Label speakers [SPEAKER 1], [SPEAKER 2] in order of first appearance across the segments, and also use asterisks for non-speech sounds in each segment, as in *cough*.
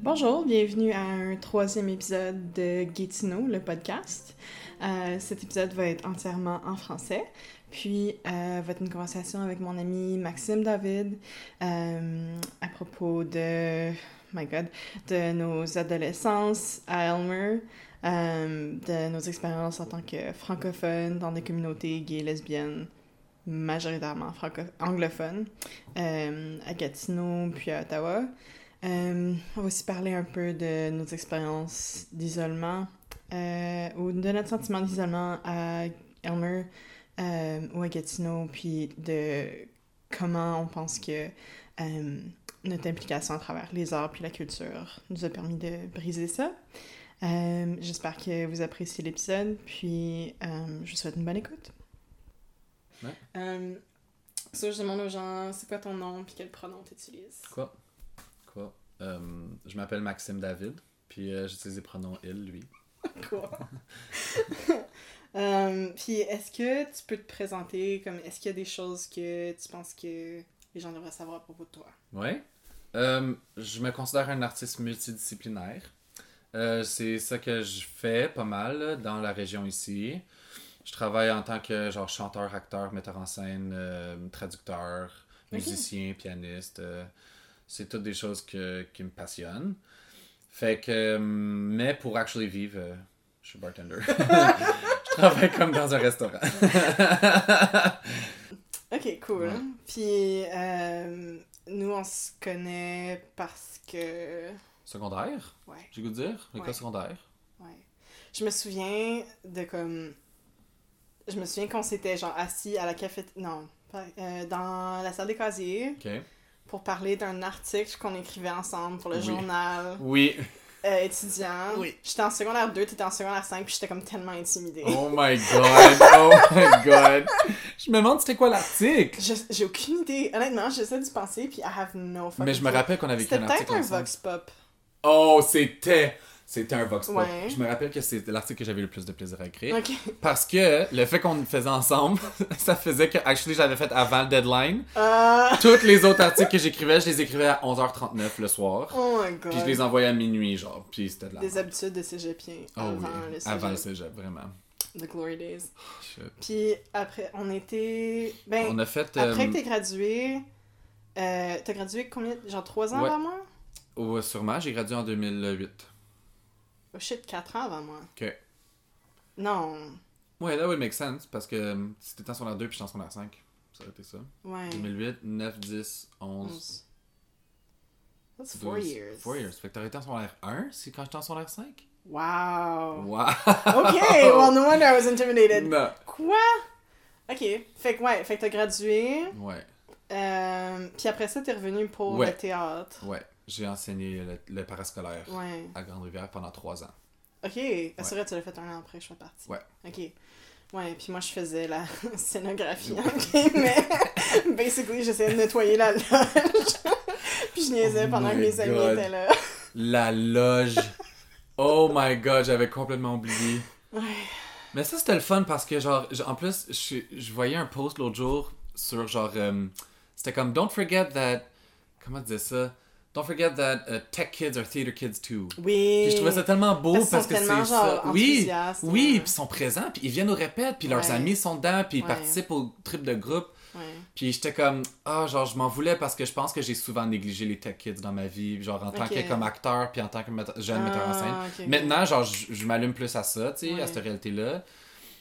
[SPEAKER 1] Bonjour, bienvenue à un troisième épisode de Gatineau, le podcast. Euh, cet épisode va être entièrement en français, puis euh, va être une conversation avec mon ami Maxime David euh, à propos de, my God, de nos adolescences à Elmer, euh, de nos expériences en tant que francophones dans des communautés gays, lesbiennes, majoritairement franco anglophones, euh, à Gatineau puis à Ottawa. Euh, on va aussi parler un peu de nos expériences d'isolement euh, ou de notre sentiment d'isolement à Elmer euh, ou à Gatineau, puis de comment on pense que euh, notre implication à travers les arts puis la culture nous a permis de briser ça. Euh, J'espère que vous appréciez l'épisode, puis euh, je vous souhaite une bonne écoute.
[SPEAKER 2] Ouais.
[SPEAKER 1] Euh, so, je demande aux gens, c'est quoi ton nom, puis quel pronom t'utilises?
[SPEAKER 2] Quoi? Quoi? Euh, je m'appelle Maxime David, puis euh, j'utilise les pronoms il, lui.
[SPEAKER 1] Quoi? *laughs* Euh, puis est-ce que tu peux te présenter comme est-ce qu'il y a des choses que tu penses que les gens devraient savoir à propos de toi?
[SPEAKER 2] Ouais. Euh, je me considère un artiste multidisciplinaire. Euh, c'est ça que je fais pas mal là, dans la région ici. Je travaille en tant que genre chanteur, acteur, metteur en scène, euh, traducteur,
[SPEAKER 1] Ok.
[SPEAKER 2] musicien, pianiste. euh, c'est toutes des choses que, qui me passionnent. Fait que, euh, mais pour actually vivre, euh, je suis bartender.
[SPEAKER 1] *laughs*
[SPEAKER 2] je travaille comme dans un restaurant.
[SPEAKER 1] Ok, cool.
[SPEAKER 2] Ouais.
[SPEAKER 1] Puis euh, nous on se connaît parce que
[SPEAKER 2] Secondaire?
[SPEAKER 1] ouais,
[SPEAKER 2] J'ai goût de dire, l'école
[SPEAKER 1] Ouais.
[SPEAKER 2] secondaire.
[SPEAKER 1] ouais. Je me souviens de comme je me souviens qu'on s'était genre assis à la café non pas- euh, dans la salle des casiers
[SPEAKER 2] Ok.
[SPEAKER 1] pour parler d'un article qu'on écrivait ensemble pour le
[SPEAKER 2] Oui.
[SPEAKER 1] journal.
[SPEAKER 2] Oui.
[SPEAKER 1] euh, étudiant.
[SPEAKER 2] Oui.
[SPEAKER 1] J'étais en secondaire 2, t'étais en secondaire 5, puis j'étais comme tellement intimidée.
[SPEAKER 2] Oh my god. Oh my god. Je me demande c'était quoi l'article.
[SPEAKER 1] Je- J'ai aucune idée. Honnêtement, j'essaie d'y penser, puis I have no fucking
[SPEAKER 2] Mais je me
[SPEAKER 1] clue.
[SPEAKER 2] rappelle qu'on avait écrit
[SPEAKER 1] C'était
[SPEAKER 2] un
[SPEAKER 1] peut-être
[SPEAKER 2] article
[SPEAKER 1] un
[SPEAKER 2] ensemble.
[SPEAKER 1] vox pop.
[SPEAKER 2] Oh, c'était. C'était un vox pop.
[SPEAKER 1] Ouais.
[SPEAKER 2] Je me rappelle que c'était l'article que j'avais le plus de plaisir à écrire.
[SPEAKER 1] Ok.
[SPEAKER 2] Parce que le fait qu'on le faisait ensemble, *laughs* ça faisait que, actually, j'avais fait avant le deadline.
[SPEAKER 1] Euh,
[SPEAKER 2] Tous les autres articles que j'écrivais, je les écrivais à 11h39 le soir.
[SPEAKER 1] Oh my god.
[SPEAKER 2] Puis je les envoyais à minuit, genre. Puis c'était de la.
[SPEAKER 1] Des habitudes de cégepien
[SPEAKER 2] Oh
[SPEAKER 1] avant
[SPEAKER 2] oui.
[SPEAKER 1] le
[SPEAKER 2] avant le
[SPEAKER 1] cégep.
[SPEAKER 2] cégep, vraiment.
[SPEAKER 1] The Glory Days.
[SPEAKER 2] Shit.
[SPEAKER 1] Puis après, on était. Ben,
[SPEAKER 2] On a fait.
[SPEAKER 1] après
[SPEAKER 2] euh,
[SPEAKER 1] que t'es gradué. Euh, t'as gradué combien Genre 3 ans
[SPEAKER 2] Ouais.
[SPEAKER 1] avant moi
[SPEAKER 2] au- sûrement, j'ai gradué en 2008.
[SPEAKER 1] Oh shit, 4 ans avant moi.
[SPEAKER 2] Ok.
[SPEAKER 1] Non.
[SPEAKER 2] Ouais, that would make sense, parce que euh, si t'étais en secondaire 2 puis j'étais en secondaire 5, ça aurait été ça.
[SPEAKER 1] Ouais.
[SPEAKER 2] 2008, 9, 10, 11,
[SPEAKER 1] That's
[SPEAKER 2] 12.
[SPEAKER 1] 4 years.
[SPEAKER 2] 4 years. Fait que t'aurais été en secondaire 1 si quand j'étais en secondaire 5?
[SPEAKER 1] Wow.
[SPEAKER 2] *laughs* Wow!
[SPEAKER 1] Okay, well, no wonder I was intimidated.
[SPEAKER 2] Non.
[SPEAKER 1] Quoi? Ok, fait que ouais, fait que t'as gradué,
[SPEAKER 2] Ouais,
[SPEAKER 1] euh, puis après ça, t'es revenu pour
[SPEAKER 2] Ouais.
[SPEAKER 1] le théâtre.
[SPEAKER 2] ouais. J'ai enseigné le, le parascolaire
[SPEAKER 1] Ouais.
[SPEAKER 2] à Grande-Rivière pendant 3 ans.
[SPEAKER 1] Ok, assuré, tu l'as fait un an après que je sois partie.
[SPEAKER 2] Ouais.
[SPEAKER 1] Ok. Ouais, puis moi, je faisais la *laughs* scénographie, ok, mais *laughs* basically, j'essayais de nettoyer la loge. *laughs* puis je niaisais
[SPEAKER 2] Oh
[SPEAKER 1] pendant que
[SPEAKER 2] my
[SPEAKER 1] mes amis
[SPEAKER 2] God.
[SPEAKER 1] étaient là.
[SPEAKER 2] La loge!
[SPEAKER 1] *laughs*
[SPEAKER 2] oh my god, j'avais complètement oublié.
[SPEAKER 1] Ouais.
[SPEAKER 2] Mais ça, c'était le fun parce que, genre, j- en plus, je, je voyais un post l'autre jour sur, genre, euh, c'était comme Don't forget that. Comment dire ça? Don't forget that uh, tech kids are theater kids too.
[SPEAKER 1] Oui.
[SPEAKER 2] Puis je trouvais ça tellement beau
[SPEAKER 1] Parce
[SPEAKER 2] parce,
[SPEAKER 1] qu'ils sont
[SPEAKER 2] que c'est
[SPEAKER 1] tellement,
[SPEAKER 2] ça.
[SPEAKER 1] genre,
[SPEAKER 2] Oui,
[SPEAKER 1] enthousiastes, ouais.
[SPEAKER 2] oui, puis ils sont présents, puis ils viennent aux répètes, puis leurs
[SPEAKER 1] Ouais.
[SPEAKER 2] amis sont dedans, puis ils
[SPEAKER 1] Ouais.
[SPEAKER 2] participent au trip de groupe.
[SPEAKER 1] Ouais.
[SPEAKER 2] Puis j'étais comme, ah, genre, je m'en voulais parce que je pense que j'ai souvent négligé les tech kids dans ma vie, genre en tant
[SPEAKER 1] Ok.
[SPEAKER 2] que comme acteur, puis en tant que metteur- jeune metteur en scène.
[SPEAKER 1] Ah, ok, ok.
[SPEAKER 2] Maintenant, genre, je je m'allume plus à ça, tu sais,
[SPEAKER 1] Ouais.
[SPEAKER 2] à cette réalité-là.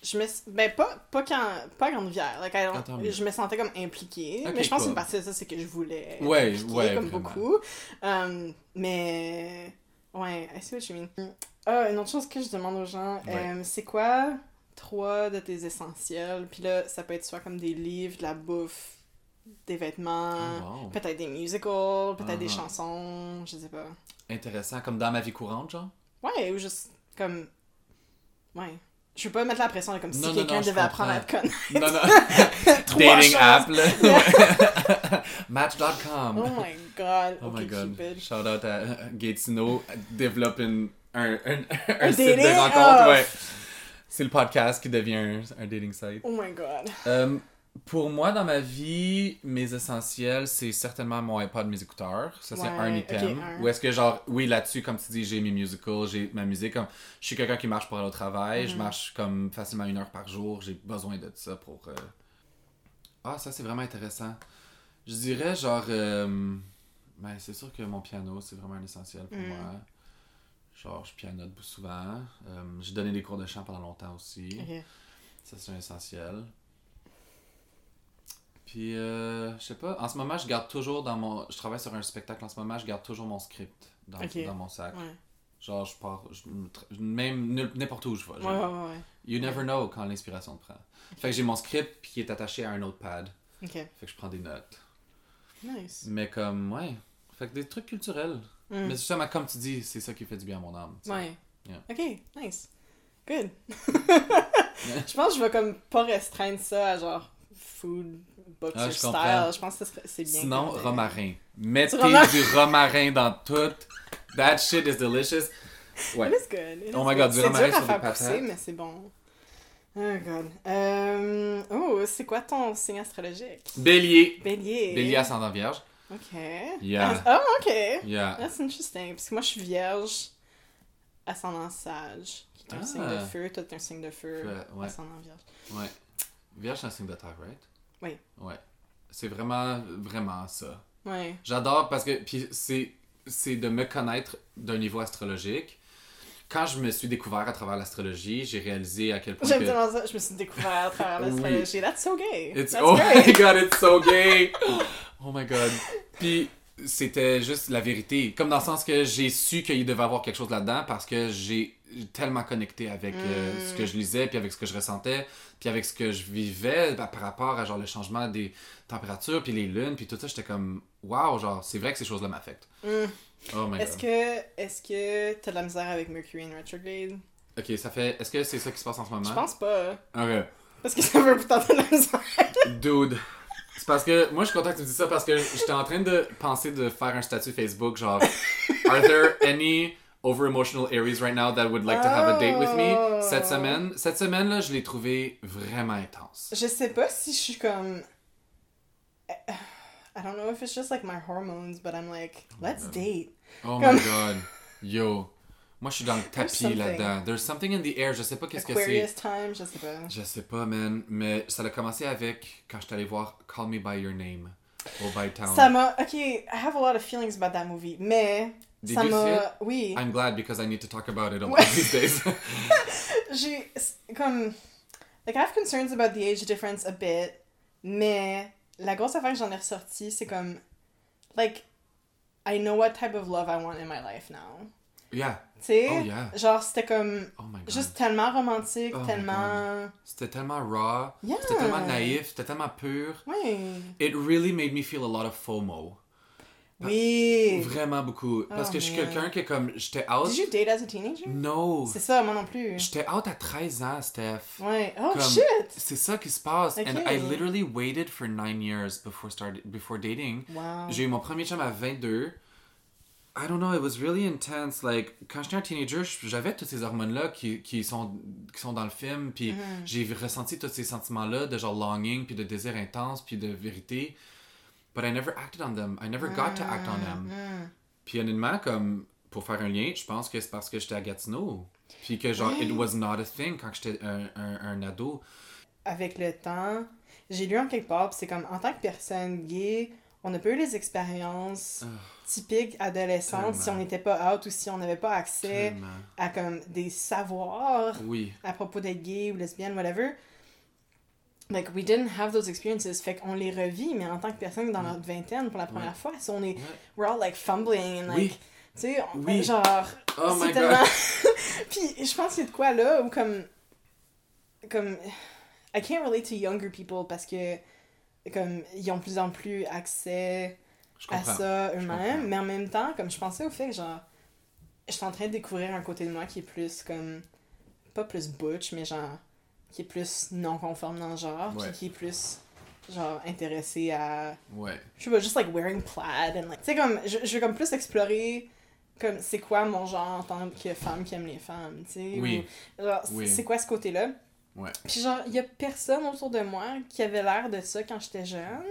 [SPEAKER 1] Je me... Ben, pas, pas, quand... pas à Grande-Rivière. Like, I don't-
[SPEAKER 2] Attends, mais-
[SPEAKER 1] je me sentais comme impliquée.
[SPEAKER 2] Ok,
[SPEAKER 1] mais je pense
[SPEAKER 2] cool.
[SPEAKER 1] qu'une partie de ça, c'est que je voulais être
[SPEAKER 2] Ouais,
[SPEAKER 1] impliquée,
[SPEAKER 2] ouais,
[SPEAKER 1] comme
[SPEAKER 2] vraiment.
[SPEAKER 1] beaucoup. Um, mais... Ouais, I see what you mean. Ah, une autre chose que je demande aux gens,
[SPEAKER 2] Ouais.
[SPEAKER 1] um, c'est quoi trois de tes essentiels? Puis là, ça peut être soit comme des livres, de la bouffe, des vêtements,
[SPEAKER 2] Ah, wow.
[SPEAKER 1] peut-être des musicals, peut-être des
[SPEAKER 2] Ah.
[SPEAKER 1] chansons, je sais pas.
[SPEAKER 2] Intéressant, comme dans ma vie
[SPEAKER 1] *laughs*
[SPEAKER 2] courante, genre.
[SPEAKER 1] Ouais, ou juste comme... Ouais. Je veux pas mettre la pression, là, comme
[SPEAKER 2] Non,
[SPEAKER 1] si
[SPEAKER 2] non,
[SPEAKER 1] quelqu'un
[SPEAKER 2] non, je
[SPEAKER 1] devait apprendre à te
[SPEAKER 2] comprends.
[SPEAKER 1] connaître.
[SPEAKER 2] Non, *laughs* non.
[SPEAKER 1] Trois
[SPEAKER 2] Dating
[SPEAKER 1] choses.
[SPEAKER 2] app, là.
[SPEAKER 1] *laughs*
[SPEAKER 2] *laughs* Ouais.
[SPEAKER 1] Oh
[SPEAKER 2] Match.com.
[SPEAKER 1] my god.
[SPEAKER 2] Oh my
[SPEAKER 1] Ok,
[SPEAKER 2] god.
[SPEAKER 1] Cupid.
[SPEAKER 2] Shout out à Gatesino. Développe une, un, un, un
[SPEAKER 1] Un
[SPEAKER 2] site
[SPEAKER 1] dating?
[SPEAKER 2] de rencontre,
[SPEAKER 1] Ah.
[SPEAKER 2] ouais. C'est le podcast qui devient un, un dating site.
[SPEAKER 1] Oh my god.
[SPEAKER 2] Euh, Pour moi, dans ma vie, mes essentiels, c'est certainement mon iPod, mes écouteurs. Ça, c'est
[SPEAKER 1] Ouais,
[SPEAKER 2] un item.
[SPEAKER 1] ok, un.
[SPEAKER 2] Ou est-ce que, genre, oui, là-dessus, comme tu dis, j'ai mes musicals, j'ai ma musique. Comme, je suis quelqu'un qui marche pour aller au travail. Je
[SPEAKER 1] Mhm.
[SPEAKER 2] marche comme facilement une heure par jour. J'ai besoin de ça pour. euh, Ah, ça, c'est vraiment intéressant. Je dirais, genre. euh, Ben, c'est sûr que mon piano, c'est vraiment un essentiel pour
[SPEAKER 1] Mm.
[SPEAKER 2] moi. Genre, je pianote souvent. Euh, j'ai donné des cours de chant pendant longtemps aussi.
[SPEAKER 1] Ok.
[SPEAKER 2] Ça, c'est un essentiel. Puis, euh, je sais pas, en ce moment, je garde toujours dans mon. Je travaille sur un spectacle en ce moment, je garde toujours mon script dans,
[SPEAKER 1] Ok.
[SPEAKER 2] dans mon sac.
[SPEAKER 1] Ouais.
[SPEAKER 2] Genre, je pars. je me tra- même nul- n'importe où je vais.
[SPEAKER 1] Ouais,
[SPEAKER 2] genre.
[SPEAKER 1] ouais, ouais, ouais.
[SPEAKER 2] You never know quand l'inspiration te prend. Fait que j'ai mon script qui est attaché à un autre pad.
[SPEAKER 1] Ok.
[SPEAKER 2] Fait que je prends des notes.
[SPEAKER 1] Nice.
[SPEAKER 2] Mais comme, ouais. Fait que des trucs culturels.
[SPEAKER 1] Mm.
[SPEAKER 2] Mais justement, comme tu dis, c'est ça qui fait du bien à mon âme. tu sais.
[SPEAKER 1] Ouais.
[SPEAKER 2] Yeah.
[SPEAKER 1] Ok, nice.
[SPEAKER 2] *laughs*
[SPEAKER 1] Good. je pense que je vais comme pas restreindre ça à genre food, boxer
[SPEAKER 2] Ah, je
[SPEAKER 1] style.
[SPEAKER 2] comprends.
[SPEAKER 1] Je pense que ce serait- c'est bien.
[SPEAKER 2] Sinon,
[SPEAKER 1] comme, euh,
[SPEAKER 2] romarin. Mettez
[SPEAKER 1] Du romarin.
[SPEAKER 2] du romarin dans tout. That shit is delicious. Ouais.
[SPEAKER 1] It is good. it
[SPEAKER 2] Oh
[SPEAKER 1] is
[SPEAKER 2] my
[SPEAKER 1] good.
[SPEAKER 2] God,
[SPEAKER 1] C'est
[SPEAKER 2] du romarin
[SPEAKER 1] dur à
[SPEAKER 2] sur des
[SPEAKER 1] faire pousser,
[SPEAKER 2] patates.
[SPEAKER 1] mais c'est bon. Oh god. Euh, oh, c'est quoi ton signe astrologique?
[SPEAKER 2] Bélier.
[SPEAKER 1] Bélier.
[SPEAKER 2] Bélier ascendant vierge.
[SPEAKER 1] Ok.
[SPEAKER 2] Yeah.
[SPEAKER 1] Ah, oh, ok.
[SPEAKER 2] Yeah.
[SPEAKER 1] That's interesting. Parce que moi, je suis vierge, ascendant sage, qui est un
[SPEAKER 2] Ah.
[SPEAKER 1] signe de feu. Toi, t'es un signe de feu,
[SPEAKER 2] Feu, ouais.
[SPEAKER 1] ascendant vierge.
[SPEAKER 2] Ouais. Vierge, c'est un signe de terre, right?
[SPEAKER 1] Oui.
[SPEAKER 2] Ouais. C'est vraiment, vraiment ça.
[SPEAKER 1] Ouais.
[SPEAKER 2] J'adore parce que puis c'est c'est de me connaître d'un niveau astrologique. Quand je me suis découvert à travers l'astrologie, j'ai réalisé à quel point
[SPEAKER 1] J'aime
[SPEAKER 2] que-
[SPEAKER 1] tellement ça. Je me suis découvert à travers
[SPEAKER 2] Oui.
[SPEAKER 1] l'astrologie. That's so gay.
[SPEAKER 2] It's-
[SPEAKER 1] That's
[SPEAKER 2] oh my
[SPEAKER 1] great.
[SPEAKER 2] god, it's so gay! Oh my god. Puis c'était juste la vérité. Comme dans le sens que j'ai su qu'il devait y avoir quelque chose là-dedans parce que j'ai tellement connecté avec euh,
[SPEAKER 1] Mm.
[SPEAKER 2] ce que je lisais, puis avec ce que je ressentais, puis avec ce que je vivais bah, par rapport à genre le changement des températures, puis les lunes, puis tout ça. J'étais comme, wow, genre, c'est vrai que ces choses-là m'affectent.
[SPEAKER 1] Mm.
[SPEAKER 2] Oh *laughs* my
[SPEAKER 1] Est-ce
[SPEAKER 2] god.
[SPEAKER 1] que est-ce que t'as de la misère avec Mercury in retrograde?
[SPEAKER 2] Ok, ça fait. Est-ce que c'est ça qui se passe en ce moment?
[SPEAKER 1] Je pense pas.
[SPEAKER 2] Ok.
[SPEAKER 1] Parce que ça veut pourtant de la
[SPEAKER 2] *laughs*
[SPEAKER 1] misère.
[SPEAKER 2] Dude. C'est parce que moi je suis content que tu me dises ça parce que j'étais en train de penser de faire un statut
[SPEAKER 1] *laughs*
[SPEAKER 2] Facebook genre Are there any over emotional Aries right now that would like to have a date with me? Cette
[SPEAKER 1] Oh.
[SPEAKER 2] semaine, cette semaine là, je l'ai trouvé vraiment intense.
[SPEAKER 1] Je sais pas si je suis comme. eh, I don't know if it's just like my hormones, but I'm like, let's
[SPEAKER 2] God.
[SPEAKER 1] date.
[SPEAKER 2] Oh
[SPEAKER 1] Comme-
[SPEAKER 2] my god. Yo. Moi je suis dans le tapis
[SPEAKER 1] something.
[SPEAKER 2] là-dedans. There's something in the air, je sais pas qu'est-ce que c'est.
[SPEAKER 1] Aquarius time, je sais pas.
[SPEAKER 2] Je sais pas man, mais ça a commencé avec quand je suis allé voir Call Me By Your Name au By Town.
[SPEAKER 1] Ça m'a. Ok, I have a lot of feelings about that movie, mais.
[SPEAKER 2] Did
[SPEAKER 1] ça
[SPEAKER 2] you see it?
[SPEAKER 1] m'a. Oui.
[SPEAKER 2] I'm glad because I need to talk about it a lot
[SPEAKER 1] Ouais. *laughs*
[SPEAKER 2] these days.
[SPEAKER 1] J'ai. c'est Comme. Like, I have concerns about the age difference a bit, mais la grosse affaire que j'en ai ressortie, c'est comme. Like, I know what type of love I want in my life now.
[SPEAKER 2] yeah.
[SPEAKER 1] Tu sais?
[SPEAKER 2] Oh, yeah.
[SPEAKER 1] Genre, c'était comme.
[SPEAKER 2] Oh my god.
[SPEAKER 1] Juste tellement romantique,
[SPEAKER 2] Oh my
[SPEAKER 1] tellement.
[SPEAKER 2] C'était tellement raw.
[SPEAKER 1] Yeah.
[SPEAKER 2] C'était tellement naïf. C'était tellement pur.
[SPEAKER 1] Oui.
[SPEAKER 2] It really made me feel a lot of FOMO.
[SPEAKER 1] Oui.
[SPEAKER 2] Ah. Vraiment beaucoup. Parce
[SPEAKER 1] Oh,
[SPEAKER 2] que je suis
[SPEAKER 1] man.
[SPEAKER 2] quelqu'un qui est comme... J'étais out...
[SPEAKER 1] Did you date as a teenager?
[SPEAKER 2] No.
[SPEAKER 1] C'est ça, moi non plus.
[SPEAKER 2] J'étais out à 13 ans, Steph.
[SPEAKER 1] Ouais. Oh
[SPEAKER 2] Comme-
[SPEAKER 1] shit!
[SPEAKER 2] C'est ça qui se passe. And
[SPEAKER 1] Ok.
[SPEAKER 2] I literally waited for 9 years before, started, before dating.
[SPEAKER 1] Wow.
[SPEAKER 2] J'ai eu mon premier chum à 22. I don't know, it was really intense. Like, quand j'étais un teenager, j'avais toutes ces hormones-là qui, qui, sont, qui sont dans le film, puis
[SPEAKER 1] Mhm.
[SPEAKER 2] j'ai ressenti tous ces sentiments-là de genre longing, puis de désir intense, puis de vérité. But I never acted on them. I never got to act on
[SPEAKER 1] Ah.
[SPEAKER 2] them.
[SPEAKER 1] Hmm.
[SPEAKER 2] Puis honnêtement, comme, pour faire un lien, je pense que c'est parce que j'étais à Gatineau. Puis que genre, it was not a thing quand j'étais un, un, un ado.
[SPEAKER 1] Avec le temps, j'ai lu en quelque part, pis c'est comme en tant que personne gay, on n'a pas eu les expériences typiques adolescentes si on
[SPEAKER 2] Ah. Tellement.
[SPEAKER 1] n'était pas out ou si on n'avait pas accès
[SPEAKER 2] Tellement.
[SPEAKER 1] à comme des savoirs
[SPEAKER 2] Oui.
[SPEAKER 1] à propos d'être gay ou lesbienne, whatever. Like, we didn't have those experiences. Fait qu'on les revit, mais en tant que personne dans notre vingtaine, pour la première
[SPEAKER 2] Mm. Ouais.
[SPEAKER 1] fois, si on est...
[SPEAKER 2] Ouais.
[SPEAKER 1] We're all, like, fumbling, and, like...
[SPEAKER 2] Oui.
[SPEAKER 1] Tu sais, on-
[SPEAKER 2] Oui.
[SPEAKER 1] genre...
[SPEAKER 2] Oh
[SPEAKER 1] c'est
[SPEAKER 2] my
[SPEAKER 1] tellement-
[SPEAKER 2] god. *laughs*
[SPEAKER 1] *laughs* Puis, je pense qu'il y a de quoi, là, ou comme... Comme... I can't relate to younger people parce que, comme, ils ont de plus en plus accès
[SPEAKER 2] Je
[SPEAKER 1] à
[SPEAKER 2] comprends.
[SPEAKER 1] ça
[SPEAKER 2] comprends.
[SPEAKER 1] eux-mêmes, mais en même temps, comme je pensais au fait que genre, je suis en train de découvrir un côté de moi qui est plus comme, pas plus butch, mais genre, qui est plus non conforme dans le genre,
[SPEAKER 2] Ouais.
[SPEAKER 1] puis qui est plus, genre, intéressé à,
[SPEAKER 2] Ouais.
[SPEAKER 1] je sais pas, juste like wearing plaid, and like, tu sais, comme, je, je veux comme plus explorer, comme, c'est quoi mon genre en tant que femme qui aime les femmes, tu sais,
[SPEAKER 2] Oui.
[SPEAKER 1] ou, genre, c'est-
[SPEAKER 2] Oui.
[SPEAKER 1] c'est quoi ce côté-là,
[SPEAKER 2] Ouais.
[SPEAKER 1] Puis genre, il y a personne autour de moi qui avait l'air de ça quand j'étais jeune.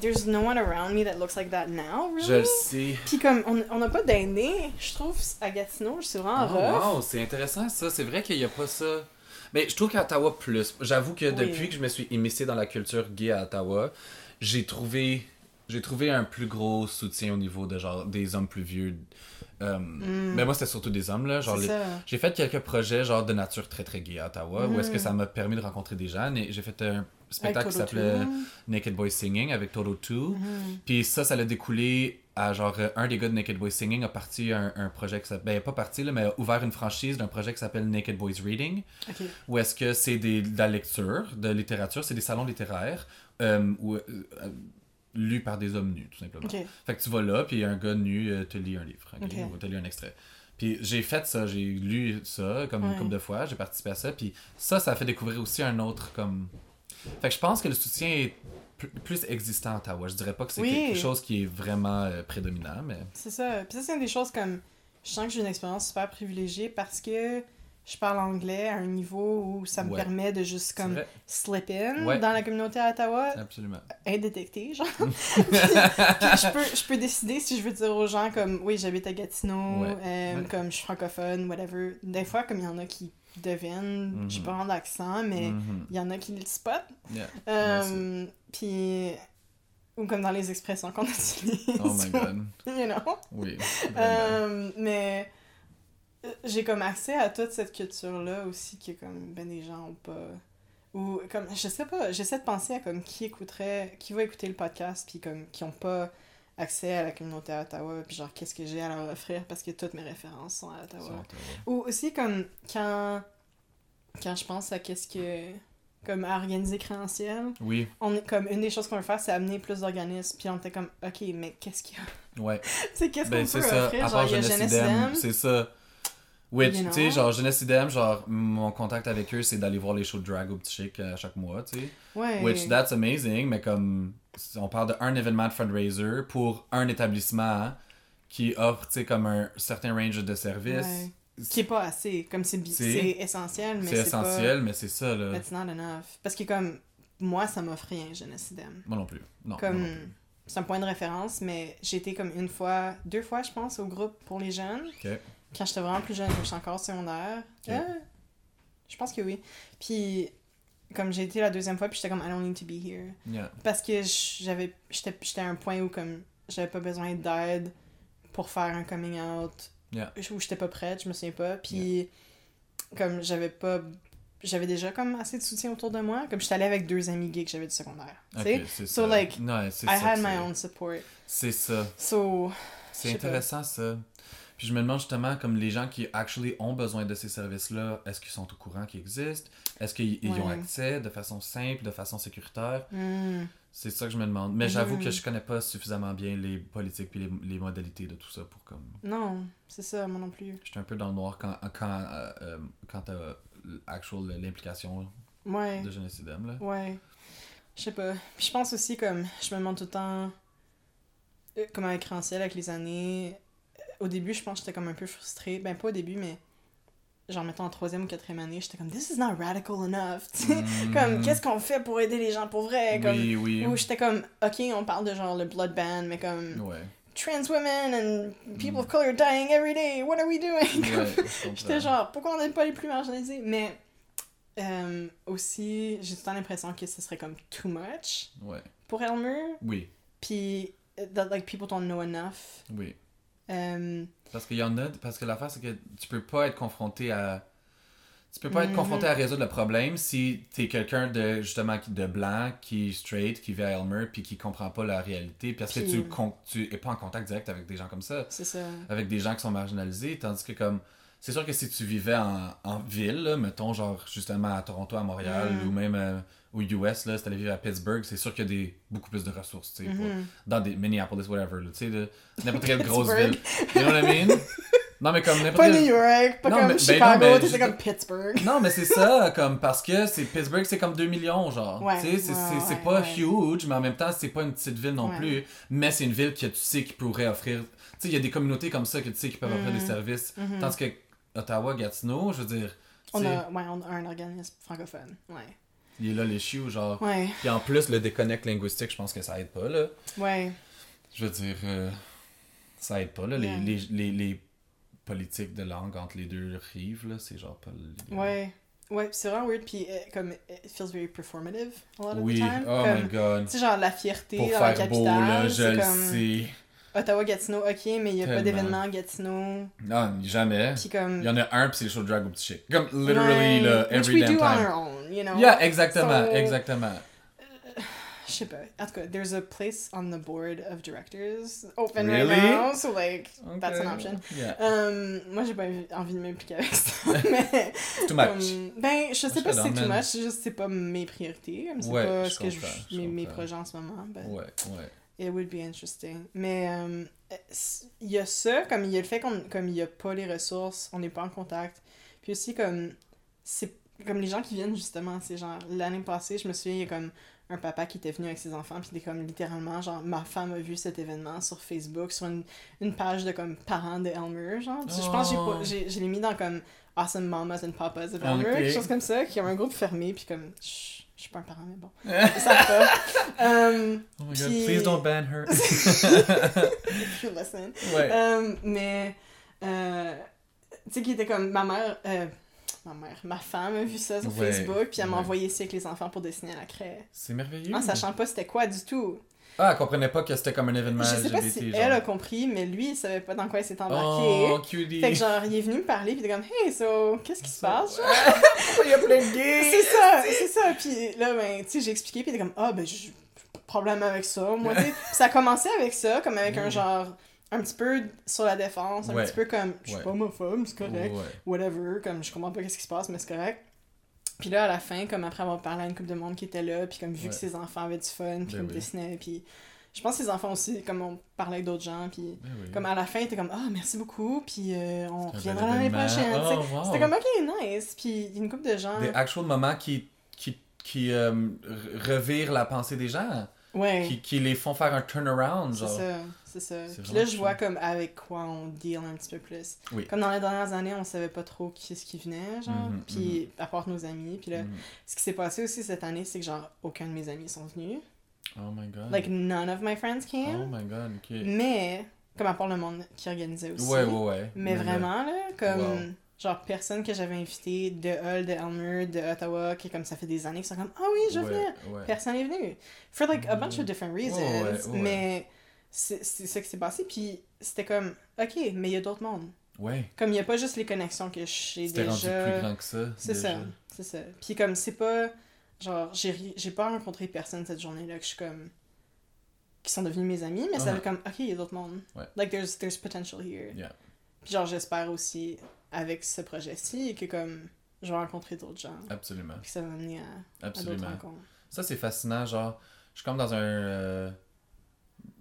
[SPEAKER 1] There's no one around me that looks like that now, really.
[SPEAKER 2] Je le sais.
[SPEAKER 1] Puis comme, on on n'a pas d'aînés, je trouve, à Gatineau, c'est vraiment
[SPEAKER 2] Oh,
[SPEAKER 1] rough.
[SPEAKER 2] wow, c'est intéressant ça. C'est vrai qu'il n'y a pas ça. Mais je trouve qu'à Ottawa, plus. J'avoue que
[SPEAKER 1] Oui.
[SPEAKER 2] depuis que je me suis immiscé dans la culture gay à Ottawa, j'ai trouvé. J'ai trouvé un plus gros soutien au niveau de genre des hommes plus vieux. Euh, Mais moi, c'était surtout des hommes, là. Genre,
[SPEAKER 1] Mm. C'est
[SPEAKER 2] les-
[SPEAKER 1] ça.
[SPEAKER 2] J'ai fait quelques projets genre de nature très très gay à Ottawa où est-ce que ça m'a permis de rencontrer des gens et j'ai fait un spectacle
[SPEAKER 1] Avec
[SPEAKER 2] qui
[SPEAKER 1] Toto
[SPEAKER 2] s'appelait
[SPEAKER 1] Too.
[SPEAKER 2] Naked Boy Singing avec Toto Two.
[SPEAKER 1] Mhm.
[SPEAKER 2] Puis ça, ça l'a découlé à genre euh, un des gars de Naked Boy Singing a parti un, un projet qui s'appelle ben pas parti là, mais a ouvert une franchise d'un projet qui s'appelle Naked Boys Reading
[SPEAKER 1] Ok.
[SPEAKER 2] où est-ce que c'est des- de la lecture, de littérature, c'est des salons littéraires euh, où, euh, euh, lus par des hommes nus tout simplement.
[SPEAKER 1] Ok.
[SPEAKER 2] Fait que tu vas là, puis un gars nu euh, te lit un livre, ok?
[SPEAKER 1] Ok.
[SPEAKER 2] ou te lit un extrait. Puis j'ai fait ça, j'ai lu ça comme
[SPEAKER 1] Ouais.
[SPEAKER 2] une couple de fois, j'ai participé à ça, puis ça, ça a fait découvrir aussi un autre comme. Fait que je pense que le soutien est pl- plus existant à Ottawa. Je dirais pas que c'est
[SPEAKER 1] Oui.
[SPEAKER 2] quelque chose qui est vraiment euh, prédominant, mais.
[SPEAKER 1] C'est ça. Puis ça, c'est une des choses comme. Je sens que j'ai une expérience super privilégiée parce que je parle anglais à un niveau où ça me
[SPEAKER 2] Ouais.
[SPEAKER 1] permet de juste
[SPEAKER 2] C'est
[SPEAKER 1] comme
[SPEAKER 2] vrai,
[SPEAKER 1] slip in
[SPEAKER 2] Ouais.
[SPEAKER 1] dans la communauté à Ottawa,
[SPEAKER 2] absolument.
[SPEAKER 1] indétectée,
[SPEAKER 2] *laughs*
[SPEAKER 1] genre. Puis- puis je peux, je peux décider si je veux dire aux gens comme oui, j'habite à Gatineau,
[SPEAKER 2] Ouais.
[SPEAKER 1] euh,
[SPEAKER 2] Ouais.
[SPEAKER 1] comme je suis francophone, whatever. Des fois, comme il y en a qui devinent, j'ai
[SPEAKER 2] Mhm.
[SPEAKER 1] pas vraiment d'accent, mais *laughs*
[SPEAKER 2] Mhm.
[SPEAKER 1] il y en a qui le spot.
[SPEAKER 2] Yeah.
[SPEAKER 1] Euh, puis. Ou comme dans les expressions qu'on *laughs* utilise.
[SPEAKER 2] Oh my god.
[SPEAKER 1] You know?
[SPEAKER 2] Oui. vraiment.
[SPEAKER 1] Euh, mais euh, j'ai comme accès à toute cette culture-là aussi que comme ben des gens ont pas ou comme je sais pas j'essaie de penser à comme qui écouterait qui va écouter le podcast puis comme qui ont pas accès à la communauté à Ottawa puis genre qu'est-ce que j'ai à leur offrir parce que toutes mes références sont à Ottawa
[SPEAKER 2] Sans Ottawa.
[SPEAKER 1] ou aussi comme quand quand je pense à qu'est-ce que comme à organiser créanciel
[SPEAKER 2] Oui,
[SPEAKER 1] on est comme une des choses qu'on veut faire c'est amener plus d'organismes puis on était comme ok mais qu'est-ce qu'il y a
[SPEAKER 2] ouais.
[SPEAKER 1] c'est qu'est-ce
[SPEAKER 2] Ben,
[SPEAKER 1] qu'on
[SPEAKER 2] c'est
[SPEAKER 1] peut
[SPEAKER 2] ça,
[SPEAKER 1] offrir
[SPEAKER 2] à
[SPEAKER 1] genre
[SPEAKER 2] part
[SPEAKER 1] il y a
[SPEAKER 2] Jeunesse
[SPEAKER 1] Jeunesse
[SPEAKER 2] Idem,
[SPEAKER 1] Idem.
[SPEAKER 2] c'est ça. Which,
[SPEAKER 1] You
[SPEAKER 2] tu sais,
[SPEAKER 1] know?
[SPEAKER 2] genre, Jeunesse Idem, genre, mon contact avec eux, c'est d'aller voir les shows de drag au petit chic à chaque mois, tu sais.
[SPEAKER 1] Ouais.
[SPEAKER 2] Which, that's amazing, mais comme, on parle d'un événement de fundraiser pour un établissement qui offre, tu sais, comme un certain range de services.
[SPEAKER 1] Ouais. Qui est pas assez. Comme c'est bi-
[SPEAKER 2] C'est-
[SPEAKER 1] c'est essentiel, mais
[SPEAKER 2] C'est
[SPEAKER 1] c'est
[SPEAKER 2] essentiel, mais c'est ça,
[SPEAKER 1] pas...
[SPEAKER 2] là.
[SPEAKER 1] It's not enough. Parce que comme, moi, ça m'offre rien, Jeunesse Idem.
[SPEAKER 2] Moi non plus. Non. moi non
[SPEAKER 1] Comme,
[SPEAKER 2] plus.
[SPEAKER 1] c'est un point de référence, mais j'étais comme une fois, deux fois, je pense, au groupe pour les jeunes.
[SPEAKER 2] Ok.
[SPEAKER 1] Quand j'étais vraiment plus jeune, donc j'étais encore secondaire.
[SPEAKER 2] Ok.
[SPEAKER 1] Euh, je pense que oui. Puis, comme j'ai été la deuxième fois, puis j'étais comme, I don't need to be here.
[SPEAKER 2] Yeah.
[SPEAKER 1] Parce que j'avais j'étais j'étais à un point où comme j'avais pas besoin d'aide pour faire un coming out
[SPEAKER 2] Yeah.
[SPEAKER 1] où j'étais pas prête, je me souviens pas puis comme j'avais pas j'avais déjà comme assez de soutien autour de moi, comme j'étais allée avec deux amis gays que j'avais du secondaire, tu sais.
[SPEAKER 2] Ok, c'est
[SPEAKER 1] So,
[SPEAKER 2] ça.
[SPEAKER 1] like,
[SPEAKER 2] Ouais, c'est
[SPEAKER 1] I
[SPEAKER 2] ça
[SPEAKER 1] had
[SPEAKER 2] que
[SPEAKER 1] my
[SPEAKER 2] c'est.
[SPEAKER 1] own support.
[SPEAKER 2] C'est ça.
[SPEAKER 1] So,
[SPEAKER 2] C'est
[SPEAKER 1] Je sais pas.
[SPEAKER 2] intéressant ça. Puis je me demande justement, comme les gens qui actually ont besoin de ces services-là, est-ce qu'ils sont au courant qu'ils existent Est-ce qu'ils ils y ont
[SPEAKER 1] Ouais.
[SPEAKER 2] accès de façon simple, de façon sécuritaire
[SPEAKER 1] hmm,
[SPEAKER 2] C'est ça que je me demande. Mais j'avoue
[SPEAKER 1] Mhm.
[SPEAKER 2] que je connais pas suffisamment bien les politiques puis les, les modalités de tout ça pour comme.
[SPEAKER 1] non, c'est ça moi non plus.
[SPEAKER 2] J'étais un peu dans le noir quand, quand, euh, euh, quant à actual l'implication
[SPEAKER 1] Ouais.
[SPEAKER 2] de Jeunesse Idem, là.
[SPEAKER 1] Ouais. Je sais pas. Puis je pense aussi comme je me demande tout le temps euh, comme avec Ranciel avec les années. euh, Au début, je pense que j'étais comme un peu frustrée. Ben pas au début, mais genre mettons en troisième ou quatrième année, j'étais comme This is not radical enough. tu sais. *laughs* comme
[SPEAKER 2] Mhm.
[SPEAKER 1] qu'est-ce qu'on fait pour aider les gens pour vrai? Comme
[SPEAKER 2] Oui, oui.
[SPEAKER 1] Ou j'étais comme OK, on parle de genre le blood ban, mais comme
[SPEAKER 2] Ouais.
[SPEAKER 1] trans women and people of color dying every day, what are we doing? *laughs* Comme,
[SPEAKER 2] Ouais, je comprends.
[SPEAKER 1] J'étais genre, pourquoi on n'aime pas les plus marginalisés? Mais euh, aussi, j'ai tout le temps l'impression que ce serait comme too much
[SPEAKER 2] Ouais.
[SPEAKER 1] pour Elmer.
[SPEAKER 2] Oui,
[SPEAKER 1] Puis, uh, that like people don't know enough.
[SPEAKER 2] oui.
[SPEAKER 1] Euh,
[SPEAKER 2] Parce qu'il y en a. Parce que l'affaire, c'est que tu peux pas être confronté à. Tu peux pas être
[SPEAKER 1] Mhm.
[SPEAKER 2] confronté à résoudre le problème si t'es quelqu'un de justement qui- de blanc, qui est straight, qui vit à Elmer, puis qui comprend pas la réalité, parce que
[SPEAKER 1] Puis- euh,
[SPEAKER 2] tu, con- tu es pas en contact direct avec des gens comme ça,
[SPEAKER 1] c'est ça.
[SPEAKER 2] avec des gens qui sont marginalisés, tandis que comme c'est sûr que si tu vivais en, en ville, là, mettons genre justement à Toronto, à Montréal,
[SPEAKER 1] Mhm.
[SPEAKER 2] ou même euh, aux US, là, si t'allais vivre à Pittsburgh, c'est sûr qu'il y a des beaucoup plus de ressources, tu sais, pour-
[SPEAKER 1] Mhm.
[SPEAKER 2] dans des Minneapolis, whatever, là, tu sais, de- n'importe quelle grosse
[SPEAKER 1] Pittsburgh.
[SPEAKER 2] ville. You know what
[SPEAKER 1] *laughs*
[SPEAKER 2] I mean? Non, mais comme n'importe
[SPEAKER 1] Pas
[SPEAKER 2] quelle-
[SPEAKER 1] New York, pas
[SPEAKER 2] Non,
[SPEAKER 1] comme
[SPEAKER 2] mais- ben
[SPEAKER 1] Chicago,
[SPEAKER 2] non, mais
[SPEAKER 1] t'étais
[SPEAKER 2] je-
[SPEAKER 1] comme Pittsburgh.
[SPEAKER 2] *laughs* Non, mais
[SPEAKER 1] *laughs*
[SPEAKER 2] c'est ça, comme, parce que c'est Pittsburgh, c'est comme 2 millions, genre.
[SPEAKER 1] Ouais,
[SPEAKER 2] tu sais, c'est,
[SPEAKER 1] ouais,
[SPEAKER 2] c'est, c'est
[SPEAKER 1] ouais,
[SPEAKER 2] pas
[SPEAKER 1] ouais.
[SPEAKER 2] huge, mais en même temps, c'est pas une petite ville non
[SPEAKER 1] Ouais.
[SPEAKER 2] plus. Mais c'est une ville que tu sais qui pourrait offrir. Tu
[SPEAKER 1] Mm-hmm.
[SPEAKER 2] sais, il y a des communautés comme ça que tu sais qui peuvent offrir des services. Tandis que Ottawa, Gatineau, je veux dire,
[SPEAKER 1] On
[SPEAKER 2] Tu sais,
[SPEAKER 1] a, ouais, on a un organisme francophone. Ouais.
[SPEAKER 2] Il est là les chiots, genre.
[SPEAKER 1] Ouais.
[SPEAKER 2] Puis en plus, le déconnect linguistique, je pense que ça aide pas, là.
[SPEAKER 1] Ouais.
[SPEAKER 2] Je veux dire, euh, ça aide pas, là. Les,
[SPEAKER 1] Ouais.
[SPEAKER 2] les, les, les politiques de langue entre les deux rives, là, c'est genre pas... le-
[SPEAKER 1] Ouais. Ouais, pis c'est vraiment weird, puis euh, comme, it feels very performative a lot of
[SPEAKER 2] Oui,
[SPEAKER 1] the time.
[SPEAKER 2] oh
[SPEAKER 1] Comme,
[SPEAKER 2] my god.
[SPEAKER 1] Tu sais, genre la fierté
[SPEAKER 2] Pour
[SPEAKER 1] dans la
[SPEAKER 2] faire
[SPEAKER 1] capitale.
[SPEAKER 2] beau, là, je
[SPEAKER 1] c'est
[SPEAKER 2] le
[SPEAKER 1] comme
[SPEAKER 2] sais.
[SPEAKER 1] Ottawa-Gatineau, ok, mais il n'y a pas
[SPEAKER 2] Tellement.
[SPEAKER 1] d'événement à Gatineau.
[SPEAKER 2] Non, jamais.
[SPEAKER 1] Puis comme.
[SPEAKER 2] Il y en a un, puis c'est le show de drag au petit chic. Comme,
[SPEAKER 1] Ouais,
[SPEAKER 2] literally, là,
[SPEAKER 1] which
[SPEAKER 2] every
[SPEAKER 1] we
[SPEAKER 2] damn
[SPEAKER 1] do on
[SPEAKER 2] time.
[SPEAKER 1] our own, you know.
[SPEAKER 2] Yeah, exactement,
[SPEAKER 1] So-
[SPEAKER 2] exactement.
[SPEAKER 1] Je sais pas. En tout cas, there's a place on the board of directors open right
[SPEAKER 2] Really?
[SPEAKER 1] now, so like, that's an
[SPEAKER 2] Okay.
[SPEAKER 1] option.
[SPEAKER 2] Yeah,
[SPEAKER 1] Um, moi, j'ai pas envie de m'impliquer avec
[SPEAKER 2] *laughs*
[SPEAKER 1] ça, mais
[SPEAKER 2] too much.
[SPEAKER 1] Um, ben, je sais pas
[SPEAKER 2] Moi, je
[SPEAKER 1] si
[SPEAKER 2] te
[SPEAKER 1] c'est too
[SPEAKER 2] l'emmène.
[SPEAKER 1] much, c'est juste c'est pas mes priorités. comme C'est
[SPEAKER 2] Ouais,
[SPEAKER 1] pas
[SPEAKER 2] je
[SPEAKER 1] ce que je,
[SPEAKER 2] comprends, je
[SPEAKER 1] mes, mes
[SPEAKER 2] comprends.
[SPEAKER 1] projets en ce moment. but
[SPEAKER 2] Ouais, ouais.
[SPEAKER 1] It would be interesting. Mais um, s- il y a ça, comme il y a le fait qu'on comme il y a pas les ressources, on n'est pas en contact. Puis aussi, comme c'est comme les gens qui viennent justement, c'est genre l'année passée, je me souviens, il y a comme un papa qui était venu avec ses enfants, puis il était comme littéralement, genre, ma femme a vu cet événement sur Facebook, sur une, une page de comme parents de Elmer, genre. Puis Je pense que j'ai
[SPEAKER 2] Oh.
[SPEAKER 1] pas- j'ai- je l'ai mis dans comme Awesome Mamas and Papas of Elmer,
[SPEAKER 2] Ok.
[SPEAKER 1] quelque chose comme ça, qui a un groupe fermé, puis comme, Chut, je suis pas un parent,
[SPEAKER 2] *laughs*
[SPEAKER 1] mais bon, ça va. *laughs* Um,
[SPEAKER 2] Oh my
[SPEAKER 1] Puis-
[SPEAKER 2] god, please don't ban her.
[SPEAKER 1] *laughs* if you listen.
[SPEAKER 2] ouais.
[SPEAKER 1] Euh, mais, euh, tu sais, qui était comme ma mère, euh, ma mère, ma femme a vu ça sur
[SPEAKER 2] Ouais,
[SPEAKER 1] Facebook, puis elle m'a
[SPEAKER 2] ouais. Mmh.
[SPEAKER 1] envoyé ici avec les enfants pour dessiner à la craie.
[SPEAKER 2] C'est merveilleux.
[SPEAKER 1] En sachant pas c'était quoi du tout.
[SPEAKER 2] Ah, elle comprenait pas que c'était comme un événement
[SPEAKER 1] je sais pas
[SPEAKER 2] LGBT,
[SPEAKER 1] si
[SPEAKER 2] genre.
[SPEAKER 1] elle a compris, mais lui, il savait pas dans quoi il s'est embarqué.
[SPEAKER 2] Oh, cutie.
[SPEAKER 1] Fait que genre, il est venu me parler, puis il était comme, hey, so, qu'est-ce qui se passe? genre?
[SPEAKER 2] *laughs* Il y a plein de
[SPEAKER 1] *laughs*
[SPEAKER 2] gays.
[SPEAKER 1] C'est ça, c'est ça. Puis là, ben, tu sais, j'ai expliqué, puis il était comme, ah, ben, j'ai pas de problème avec ça. Moi,
[SPEAKER 2] *laughs*
[SPEAKER 1] tu sais. Puis ça a commencé avec ça, comme avec un
[SPEAKER 2] Mm.
[SPEAKER 1] genre, un petit peu sur la défense, un
[SPEAKER 2] Ouais.
[SPEAKER 1] petit peu comme, je suis
[SPEAKER 2] Ouais.
[SPEAKER 1] pas homophobe, c'est correct.
[SPEAKER 2] Ouais.
[SPEAKER 1] whatever, comme je comprends pas qu'est-ce qui se passe, mais c'est correct. Puis là, à la fin, comme après avoir parlé à une couple de monde qui était là, puis comme vu
[SPEAKER 2] Ouais.
[SPEAKER 1] que ses enfants avaient du fun, puis
[SPEAKER 2] Ben
[SPEAKER 1] comme
[SPEAKER 2] oui.
[SPEAKER 1] dessinaient, puis je pense que ses enfants aussi, comme on parlait avec d'autres gens, puis
[SPEAKER 2] Ben oui.
[SPEAKER 1] comme à la fin, ils étaient comme « Ah, merci beaucoup, puis euh, on
[SPEAKER 2] C'est un
[SPEAKER 1] reviendra
[SPEAKER 2] bel
[SPEAKER 1] l'année
[SPEAKER 2] événement.
[SPEAKER 1] prochaine, tu sais.
[SPEAKER 2] Oh, wow.
[SPEAKER 1] C'était comme « Ok, nice », puis il y a une couple de gens...
[SPEAKER 2] Des actual moments qui, qui, qui euh, re- revirent la pensée des gens.
[SPEAKER 1] Ouais,
[SPEAKER 2] Qui, qui les font faire un turnaround,
[SPEAKER 1] c'est
[SPEAKER 2] genre.
[SPEAKER 1] ça, c'est ça.
[SPEAKER 2] C'est
[SPEAKER 1] Puis là,
[SPEAKER 2] vraiment
[SPEAKER 1] je vois comme avec quoi on deal un petit peu plus.
[SPEAKER 2] Oui.
[SPEAKER 1] Comme dans les dernières années, on savait pas trop qui ce qui venait, genre,
[SPEAKER 2] Mhm,
[SPEAKER 1] puis à part nos amis, puis là...
[SPEAKER 2] Mm.
[SPEAKER 1] Ce qui s'est passé aussi cette année, c'est que genre aucun de mes amis sont venus.
[SPEAKER 2] Oh my god.
[SPEAKER 1] Like none of my friends
[SPEAKER 2] oh
[SPEAKER 1] came.
[SPEAKER 2] my god, ok.
[SPEAKER 1] Mais comme à part le monde qui organisait aussi.
[SPEAKER 2] Ouais, ouais, ouais.
[SPEAKER 1] Mais vraiment là, comme
[SPEAKER 2] Wow.
[SPEAKER 1] genre personne que j'avais invité de Hull, de Elmer, de Ottawa, qui comme ça fait des années qu'ils sont comme ah oui je
[SPEAKER 2] ouais,
[SPEAKER 1] venais.
[SPEAKER 2] ouais.
[SPEAKER 1] Personne n'est venu. For like a bunch of different reasons.
[SPEAKER 2] Ouais, ouais.
[SPEAKER 1] Mais c'est c'est ça qui s'est passé. Puis c'était comme ok mais il y a d'autres mondes.
[SPEAKER 2] Ouais.
[SPEAKER 1] Comme il n'y a pas juste les connexions que j'ai
[SPEAKER 2] C'était
[SPEAKER 1] déjà.
[SPEAKER 2] rendu plus grand que ça.
[SPEAKER 1] C'est
[SPEAKER 2] déjà.
[SPEAKER 1] ça, c'est ça. Puis comme c'est pas genre j'ai ri- j'ai pas rencontré personne cette journée-là que je suis comme qui sont devenus mes amis, mais ça
[SPEAKER 2] Ouais.
[SPEAKER 1] fait comme ok, il y a d'autres mondes.
[SPEAKER 2] Ouais.
[SPEAKER 1] Like there's there's potential here.
[SPEAKER 2] Yeah.
[SPEAKER 1] Puis genre j'espère aussi avec ce projet-ci que comme je vais rencontrer d'autres gens,
[SPEAKER 2] Absolument.
[SPEAKER 1] puis que ça va m'amener à, à d'autres
[SPEAKER 2] Absolument.
[SPEAKER 1] rencontres.
[SPEAKER 2] Ça, c'est fascinant. Genre, je suis comme dans un. euh,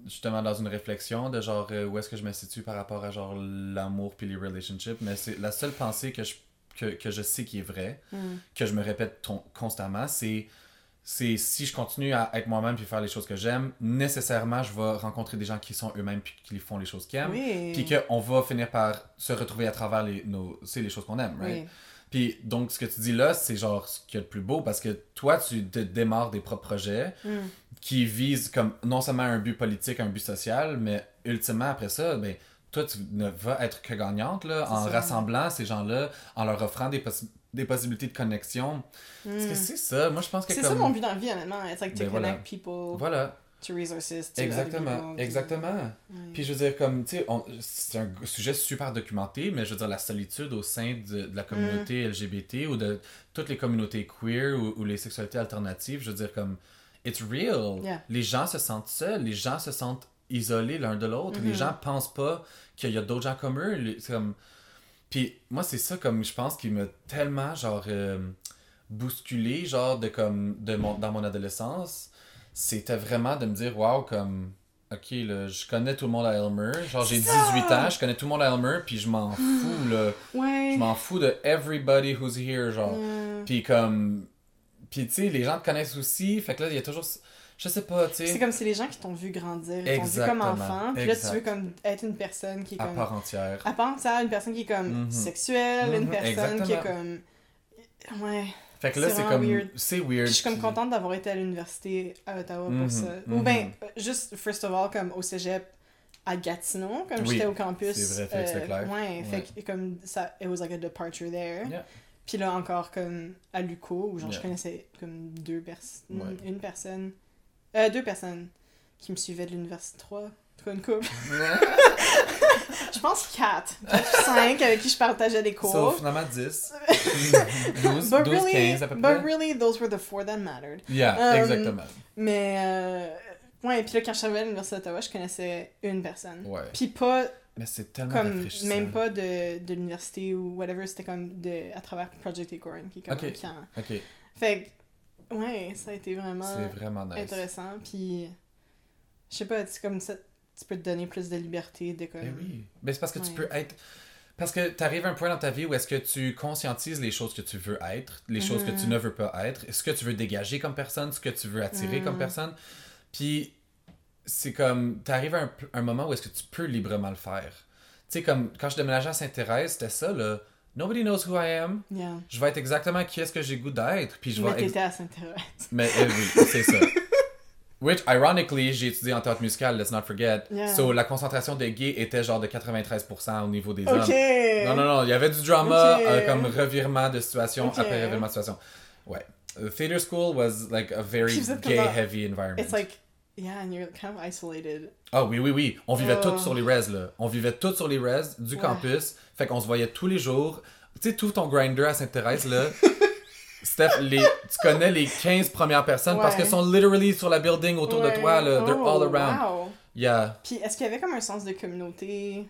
[SPEAKER 2] justement, dans une réflexion de genre euh, où est-ce que je me situe par rapport à genre l'amour puis les relationships. Mais c'est la seule pensée que je, que, que je sais qui est vraie,
[SPEAKER 1] Mm.
[SPEAKER 2] que je me répète ton- constamment, c'est. C'est si je continue à être moi-même puis faire les choses que j'aime, nécessairement je vais rencontrer des gens qui sont eux-mêmes puis qui font les choses qu'ils aiment.
[SPEAKER 1] Oui.
[SPEAKER 2] Puis qu'on va finir par se retrouver à travers les, nos, c'est les choses qu'on aime, right?
[SPEAKER 1] Oui.
[SPEAKER 2] Puis donc, ce que tu dis là, c'est genre ce qu'il y a de plus beau parce que toi, tu te démarres des propres projets
[SPEAKER 1] Mm.
[SPEAKER 2] qui visent comme non seulement un but politique, un but social, mais ultimement après ça, ben toi, tu ne vas être que gagnante là,
[SPEAKER 1] C'est
[SPEAKER 2] en
[SPEAKER 1] ça.
[SPEAKER 2] rassemblant ces gens-là, en leur offrant des, possi- des possibilités de connexion. Parce
[SPEAKER 1] Mm.
[SPEAKER 2] que c'est ça, moi je pense que
[SPEAKER 1] C'est
[SPEAKER 2] comme...
[SPEAKER 1] ça mon but dans la vie, honnêtement. It's like to connect
[SPEAKER 2] Ben voilà.
[SPEAKER 1] people
[SPEAKER 2] Voilà,
[SPEAKER 1] to resources, to other
[SPEAKER 2] exactement,
[SPEAKER 1] people, to-
[SPEAKER 2] exactement.
[SPEAKER 1] Ouais.
[SPEAKER 2] Puis je veux dire, comme, tu sais, on- c'est un sujet super documenté, mais je veux dire, la solitude au sein de, de la
[SPEAKER 1] Mm.
[SPEAKER 2] communauté LGBT ou de toutes les communautés queer ou, ou les sexualités alternatives, je veux dire, comme, it's real.
[SPEAKER 1] Yeah.
[SPEAKER 2] Les gens se sentent seuls, les gens se sentent isolés l'un de l'autre,
[SPEAKER 1] Mm-hmm.
[SPEAKER 2] les gens pensent pas qu'il y a d'autres gens comme eux. les- C'est comme... Puis moi, c'est ça, comme, je pense, qui m'a tellement, genre, euh, bousculé, genre, de, comme, de mon, dans mon adolescence. C'était vraiment de me dire, waouh, comme, ok, là, je connais tout le monde à Elmer. Genre, j'ai 18
[SPEAKER 1] Ça!
[SPEAKER 2] ans, je connais tout le monde à Elmer, puis je m'en fous, là.
[SPEAKER 1] Ouais.
[SPEAKER 2] Je m'en fous de everybody who's here, genre.
[SPEAKER 1] Mm.
[SPEAKER 2] Puis comme, puis tu sais, les gens te connaissent aussi, fait que là, il y a toujours, je sais pas, tu
[SPEAKER 1] C'est
[SPEAKER 2] sais,
[SPEAKER 1] comme si les gens qui t'ont vu grandir, ils t'ont vu comme
[SPEAKER 2] Exactement.
[SPEAKER 1] enfant, puis là tu
[SPEAKER 2] Exact.
[SPEAKER 1] veux comme être une personne qui est
[SPEAKER 2] à
[SPEAKER 1] comme Ah,
[SPEAKER 2] part entière.
[SPEAKER 1] à part ça, une personne qui est comme
[SPEAKER 2] Mhm.
[SPEAKER 1] sexuelle, une
[SPEAKER 2] Mhm,
[SPEAKER 1] personne qui est
[SPEAKER 2] exactement.
[SPEAKER 1] comme Ouais.
[SPEAKER 2] Fait que là,
[SPEAKER 1] C'est
[SPEAKER 2] c'est
[SPEAKER 1] vraiment
[SPEAKER 2] comme.
[SPEAKER 1] weird.
[SPEAKER 2] C'est weird.
[SPEAKER 1] Puis je suis comme
[SPEAKER 2] puis-
[SPEAKER 1] contente d'avoir été à l'université à Ottawa pour
[SPEAKER 2] Mhm,
[SPEAKER 1] ça. Ou
[SPEAKER 2] mhm.
[SPEAKER 1] bien, juste, first of all, comme au cégep à Gatineau, comme
[SPEAKER 2] Oui,
[SPEAKER 1] j'étais au campus. euh,
[SPEAKER 2] c'est vrai, Félix Leclerc.
[SPEAKER 1] Ouais,
[SPEAKER 2] Ouais.
[SPEAKER 1] fait que comme ça, it was like a departure there.
[SPEAKER 2] Yeah.
[SPEAKER 1] Puis là encore, comme à Luco, où genre je
[SPEAKER 2] Yeah.
[SPEAKER 1] connaissais comme deux personnes,
[SPEAKER 2] Ouais.
[SPEAKER 1] une personne, euh, deux personnes qui me suivaient de l'université 3, en tout cas une couple. *laughs* je pense quatre, quatre ou cinq avec qui je partageais des cours.
[SPEAKER 2] So, finalement,
[SPEAKER 1] *laughs*
[SPEAKER 2] 10. 12,
[SPEAKER 1] but
[SPEAKER 2] 12
[SPEAKER 1] really,
[SPEAKER 2] 15 à peu près.
[SPEAKER 1] but really, those were the four that mattered.
[SPEAKER 2] Yeah,
[SPEAKER 1] Um,
[SPEAKER 2] exactement.
[SPEAKER 1] Mais, euh, ouais, puis là, quand je suis arrivée à l'Université d'Ottawa, je connaissais une personne.
[SPEAKER 2] Ouais.
[SPEAKER 1] Puis pas,
[SPEAKER 2] Mais c'est tellement
[SPEAKER 1] comme,
[SPEAKER 2] rafraîchissant.
[SPEAKER 1] même pas de, de l'université ou whatever, c'était comme de, à travers Project Acorn, qui est comme
[SPEAKER 2] Ok.
[SPEAKER 1] un camp.
[SPEAKER 2] Ok,
[SPEAKER 1] Fait que, ouais, ça a été vraiment
[SPEAKER 2] c'est vraiment nice.
[SPEAKER 1] intéressant. Puis, je sais pas, c'est comme ça, tu peux te donner plus de liberté de comme...
[SPEAKER 2] Ben oui. Mais c'est parce que tu
[SPEAKER 1] Ouais.
[SPEAKER 2] peux être. Parce que tu arrives à un point dans ta vie où est-ce que tu conscientises les choses que tu veux être, les choses que tu
[SPEAKER 1] Mhm.
[SPEAKER 2] ne veux pas être, ce que tu veux dégager comme personne, ce que tu veux attirer comme
[SPEAKER 1] Mhm.
[SPEAKER 2] personne. Puis c'est comme. Tu arrives à un, un moment où est-ce que tu peux librement le faire. Tu sais, comme quand je déménageais à Sainte-Thérèse, c'était ça, là. Nobody knows who I am.
[SPEAKER 1] Yeah.
[SPEAKER 2] Je vais être exactement qui est-ce que j'ai goût d'être. Puis je vais
[SPEAKER 1] Mais
[SPEAKER 2] ex-
[SPEAKER 1] t'étais à Sainte-Thérèse.
[SPEAKER 2] Mais euh, oui,
[SPEAKER 1] *laughs*
[SPEAKER 2] c'est ça. Which, ironically, j'ai étudié en théâtre musicale, let's not forget.
[SPEAKER 1] Yeah.
[SPEAKER 2] So, la concentration des gays était genre de 93% au niveau des
[SPEAKER 1] OK!
[SPEAKER 2] hommes. *laughs* Non, non, non, il y avait du drama,
[SPEAKER 1] Ok.
[SPEAKER 2] euh, comme revirement de situation
[SPEAKER 1] Ok.
[SPEAKER 2] après revirement de situation. Ouais. The theater school was like a very
[SPEAKER 1] Puis vous êtes comme dans-
[SPEAKER 2] gay-heavy environment.
[SPEAKER 1] It's like, yeah, and you're kind of isolated.
[SPEAKER 2] Ah oui, oui, oui. On vivait
[SPEAKER 1] Oh.
[SPEAKER 2] toutes sur les res, là. On vivait toutes sur les res du
[SPEAKER 1] Ouais.
[SPEAKER 2] campus. Fait qu'on se voyait tous les jours. Tu sais, tout ton grinder à Sainte-Thérèse,
[SPEAKER 1] *laughs*
[SPEAKER 2] là. Steph, les, tu connais les 15 premières personnes parce
[SPEAKER 1] Ouais.
[SPEAKER 2] qu'elles sont literally sur la building autour
[SPEAKER 1] Ouais.
[SPEAKER 2] de toi, là. They're
[SPEAKER 1] Oh,
[SPEAKER 2] all around.
[SPEAKER 1] wow.
[SPEAKER 2] Yeah.
[SPEAKER 1] Puis est-ce qu'il y avait comme un sens de communauté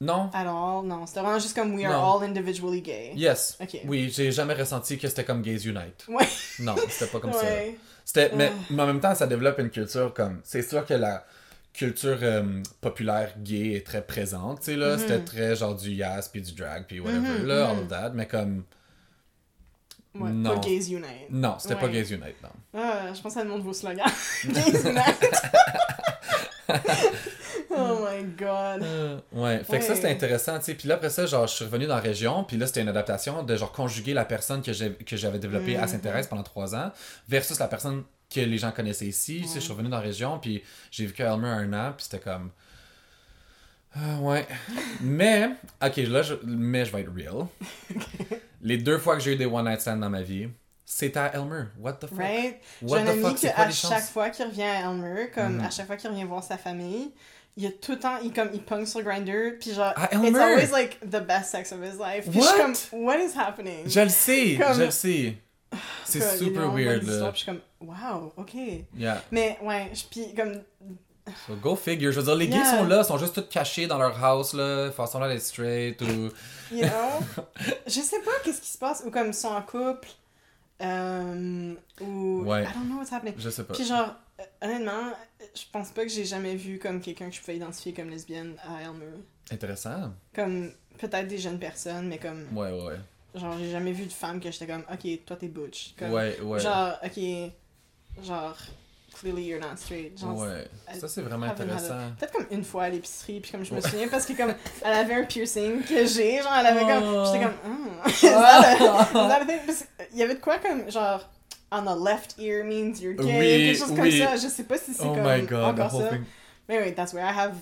[SPEAKER 2] Non?
[SPEAKER 1] at all? Non, c'était vraiment juste comme we are
[SPEAKER 2] Non.
[SPEAKER 1] all individually gay.
[SPEAKER 2] Yes.
[SPEAKER 1] Ok.
[SPEAKER 2] Oui, j'ai jamais ressenti que c'était comme Gays Unite.
[SPEAKER 1] *laughs* Ouais.
[SPEAKER 2] Non, c'était pas comme ça.
[SPEAKER 1] ouais.
[SPEAKER 2] C'était, mais,
[SPEAKER 1] Ah.
[SPEAKER 2] mais en même temps, ça développe une culture comme. C'est sûr que la culture euh, populaire gay est très présente, tu sais, là. C'était très genre du yas puis du drag puis whatever,
[SPEAKER 1] Mhm,
[SPEAKER 2] là,
[SPEAKER 1] mhm.
[SPEAKER 2] all of that. Mais comme.
[SPEAKER 1] Ouais,
[SPEAKER 2] Non. Mm.
[SPEAKER 1] Pas gays unite.
[SPEAKER 2] Non, c'était pas
[SPEAKER 1] Ouais.
[SPEAKER 2] Gays Unite, non.
[SPEAKER 1] Ah, je pense à le nom de vos
[SPEAKER 2] *laughs*
[SPEAKER 1] slogans. *laughs* gays unite. oh my god.
[SPEAKER 2] Euh, ouais, fait que ça
[SPEAKER 1] Ouais.
[SPEAKER 2] c'était intéressant, tu sais. Puis là, après ça, genre, je suis revenu dans la région, puis là, c'était une adaptation de genre conjuguer la personne que j'ai- que j'avais développée à
[SPEAKER 1] Mhm.
[SPEAKER 2] Saint-Thérèse pendant trois ans versus la personne que les gens connaissaient ici. Tu sais,
[SPEAKER 1] Ouais.
[SPEAKER 2] je suis revenu dans la région, puis j'ai vécu à Elmer un an, puis c'était comme. Ah, ouais. Mais, ok, là, je, mais je vais être
[SPEAKER 1] *laughs*
[SPEAKER 2] real. Les deux fois que j'ai eu des one-night stands dans ma vie, c'était à Elmer. What the fuck?
[SPEAKER 1] Right? J'ai
[SPEAKER 2] What
[SPEAKER 1] un
[SPEAKER 2] the
[SPEAKER 1] ami
[SPEAKER 2] fuck?
[SPEAKER 1] qui,
[SPEAKER 2] C'est quoi
[SPEAKER 1] à
[SPEAKER 2] les
[SPEAKER 1] chaque
[SPEAKER 2] chances?
[SPEAKER 1] fois qu'il revient à Elmer, comme
[SPEAKER 2] Mhm.
[SPEAKER 1] à chaque fois qu'il revient voir sa famille, il a tout le temps, il, comme, il pong sur Grinder, puis genre,
[SPEAKER 2] À
[SPEAKER 1] it's
[SPEAKER 2] Elmer?
[SPEAKER 1] always like the best sex of his life. Puis je suis
[SPEAKER 2] What?
[SPEAKER 1] comme, what is happening?
[SPEAKER 2] Je le sais,
[SPEAKER 1] Comme-
[SPEAKER 2] je le sais.
[SPEAKER 1] *laughs* Comme, il
[SPEAKER 2] C'est
[SPEAKER 1] y a
[SPEAKER 2] super
[SPEAKER 1] vraiment
[SPEAKER 2] weird,
[SPEAKER 1] des histoires,
[SPEAKER 2] là.
[SPEAKER 1] puis Je suis comme, wow, ok.
[SPEAKER 2] Yeah.
[SPEAKER 1] Mais ouais, je- puis comme
[SPEAKER 2] So, go figure. Je veux dire, les
[SPEAKER 1] Yeah.
[SPEAKER 2] gays sont là, sont juste tous cachés dans leur house, là, façon là, les straight ou.
[SPEAKER 1] you
[SPEAKER 2] *laughs*
[SPEAKER 1] know? je sais pas qu'est-ce qui se passe, ou comme ils sont en couple, euh, ou
[SPEAKER 2] Ouais.
[SPEAKER 1] I don't know what's happening.
[SPEAKER 2] Je sais pas.
[SPEAKER 1] Puis genre, euh, honnêtement, je pense pas que j'ai jamais vu comme quelqu'un que je pouvais identifier comme lesbienne à Elmer.
[SPEAKER 2] Intéressant.
[SPEAKER 1] Comme peut-être des jeunes personnes, mais comme
[SPEAKER 2] Ouais, ouais, ouais.
[SPEAKER 1] genre j'ai jamais vu de femme que j'étais comme, ok, toi t'es butch. Comme,
[SPEAKER 2] ouais, ouais.
[SPEAKER 1] Genre, ok, genre clearly you're not straight. Genre,
[SPEAKER 2] ouais.
[SPEAKER 1] elle-
[SPEAKER 2] Ça, c'est vraiment
[SPEAKER 1] Haven't had it.
[SPEAKER 2] intéressant.
[SPEAKER 1] Peut-être comme une fois à l'épicerie, puis comme je me
[SPEAKER 2] Ouais.
[SPEAKER 1] souviens, parce que comme elle avait un piercing que j'ai, genre elle avait comme.
[SPEAKER 2] Oh.
[SPEAKER 1] J'étais comme. Hmm, *laughs* is that a- is that a thing? Parce que Il y avait de quoi comme genre. On the left ear means you're gay,
[SPEAKER 2] Oui,
[SPEAKER 1] quelque chose comme
[SPEAKER 2] oui,
[SPEAKER 1] ça. Je sais pas si c'est
[SPEAKER 2] Oh
[SPEAKER 1] comme.
[SPEAKER 2] my god, the
[SPEAKER 1] encore
[SPEAKER 2] whole
[SPEAKER 1] ça.
[SPEAKER 2] thing.
[SPEAKER 1] Mais oui, that's where I have.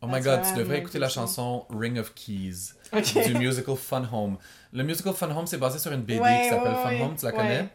[SPEAKER 2] Oh my
[SPEAKER 1] That's
[SPEAKER 2] god,
[SPEAKER 1] why
[SPEAKER 2] tu
[SPEAKER 1] I'm
[SPEAKER 2] devrais
[SPEAKER 1] like
[SPEAKER 2] écouter la
[SPEAKER 1] this.
[SPEAKER 2] chanson Ring of
[SPEAKER 1] *laughs*
[SPEAKER 2] Keys
[SPEAKER 1] Ok.
[SPEAKER 2] du musical Fun Home. Le musical Fun Home, c'est basé sur une BD
[SPEAKER 1] Ouais,
[SPEAKER 2] qui s'appelle
[SPEAKER 1] ouais,
[SPEAKER 2] Fun
[SPEAKER 1] ouais,
[SPEAKER 2] Home, tu la
[SPEAKER 1] ouais.
[SPEAKER 2] connais?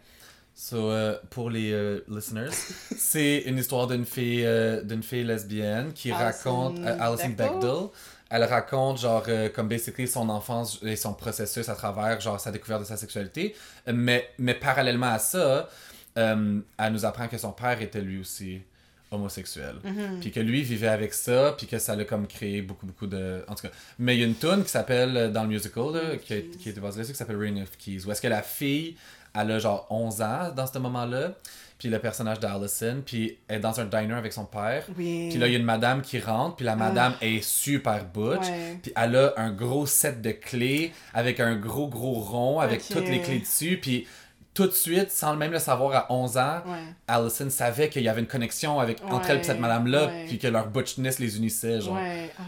[SPEAKER 2] So, euh, pour les euh, listeners, *laughs* c'est une histoire d'une fille, euh, d'une fille lesbienne qui
[SPEAKER 1] Alison
[SPEAKER 2] raconte euh, Alison
[SPEAKER 1] Bechdel.
[SPEAKER 2] Bechdel. Elle raconte genre euh, comme basically son enfance et son processus à travers genre sa découverte de sa sexualité, mais mais parallèlement à ça, euh, elle nous apprend que son père était lui aussi homosexuel.
[SPEAKER 1] Mhm.
[SPEAKER 2] Puis que lui vivait avec ça, puis que ça l'a comme créé beaucoup, beaucoup de. En tout cas. Mais il y a une tune qui s'appelle, euh, dans le musical, là,
[SPEAKER 1] Ring of
[SPEAKER 2] qui, a,
[SPEAKER 1] Keys.
[SPEAKER 2] qui a été basée là-dessus, qui s'appelle Ring of Keys, où est-ce que la fille, elle a genre 11 ans dans ce moment-là, puis le personnage d'Allison, puis elle est dans un diner avec son père,
[SPEAKER 1] Oui.
[SPEAKER 2] puis là, il y a une madame qui rentre, puis la madame est super butch.
[SPEAKER 1] Ah. Ouais.
[SPEAKER 2] Puis elle a un gros set de clés avec un gros gros rond avec
[SPEAKER 1] Ok.
[SPEAKER 2] toutes les clés dessus. Puis tout de suite, sans même le savoir à 11 ans,
[SPEAKER 1] Ouais.
[SPEAKER 2] Allison savait qu'il y avait une connexion avec, entre
[SPEAKER 1] Ouais,
[SPEAKER 2] elle et cette madame-là,
[SPEAKER 1] ouais.
[SPEAKER 2] puis que leur butchness les unissait, genre.
[SPEAKER 1] Ouais. Ah,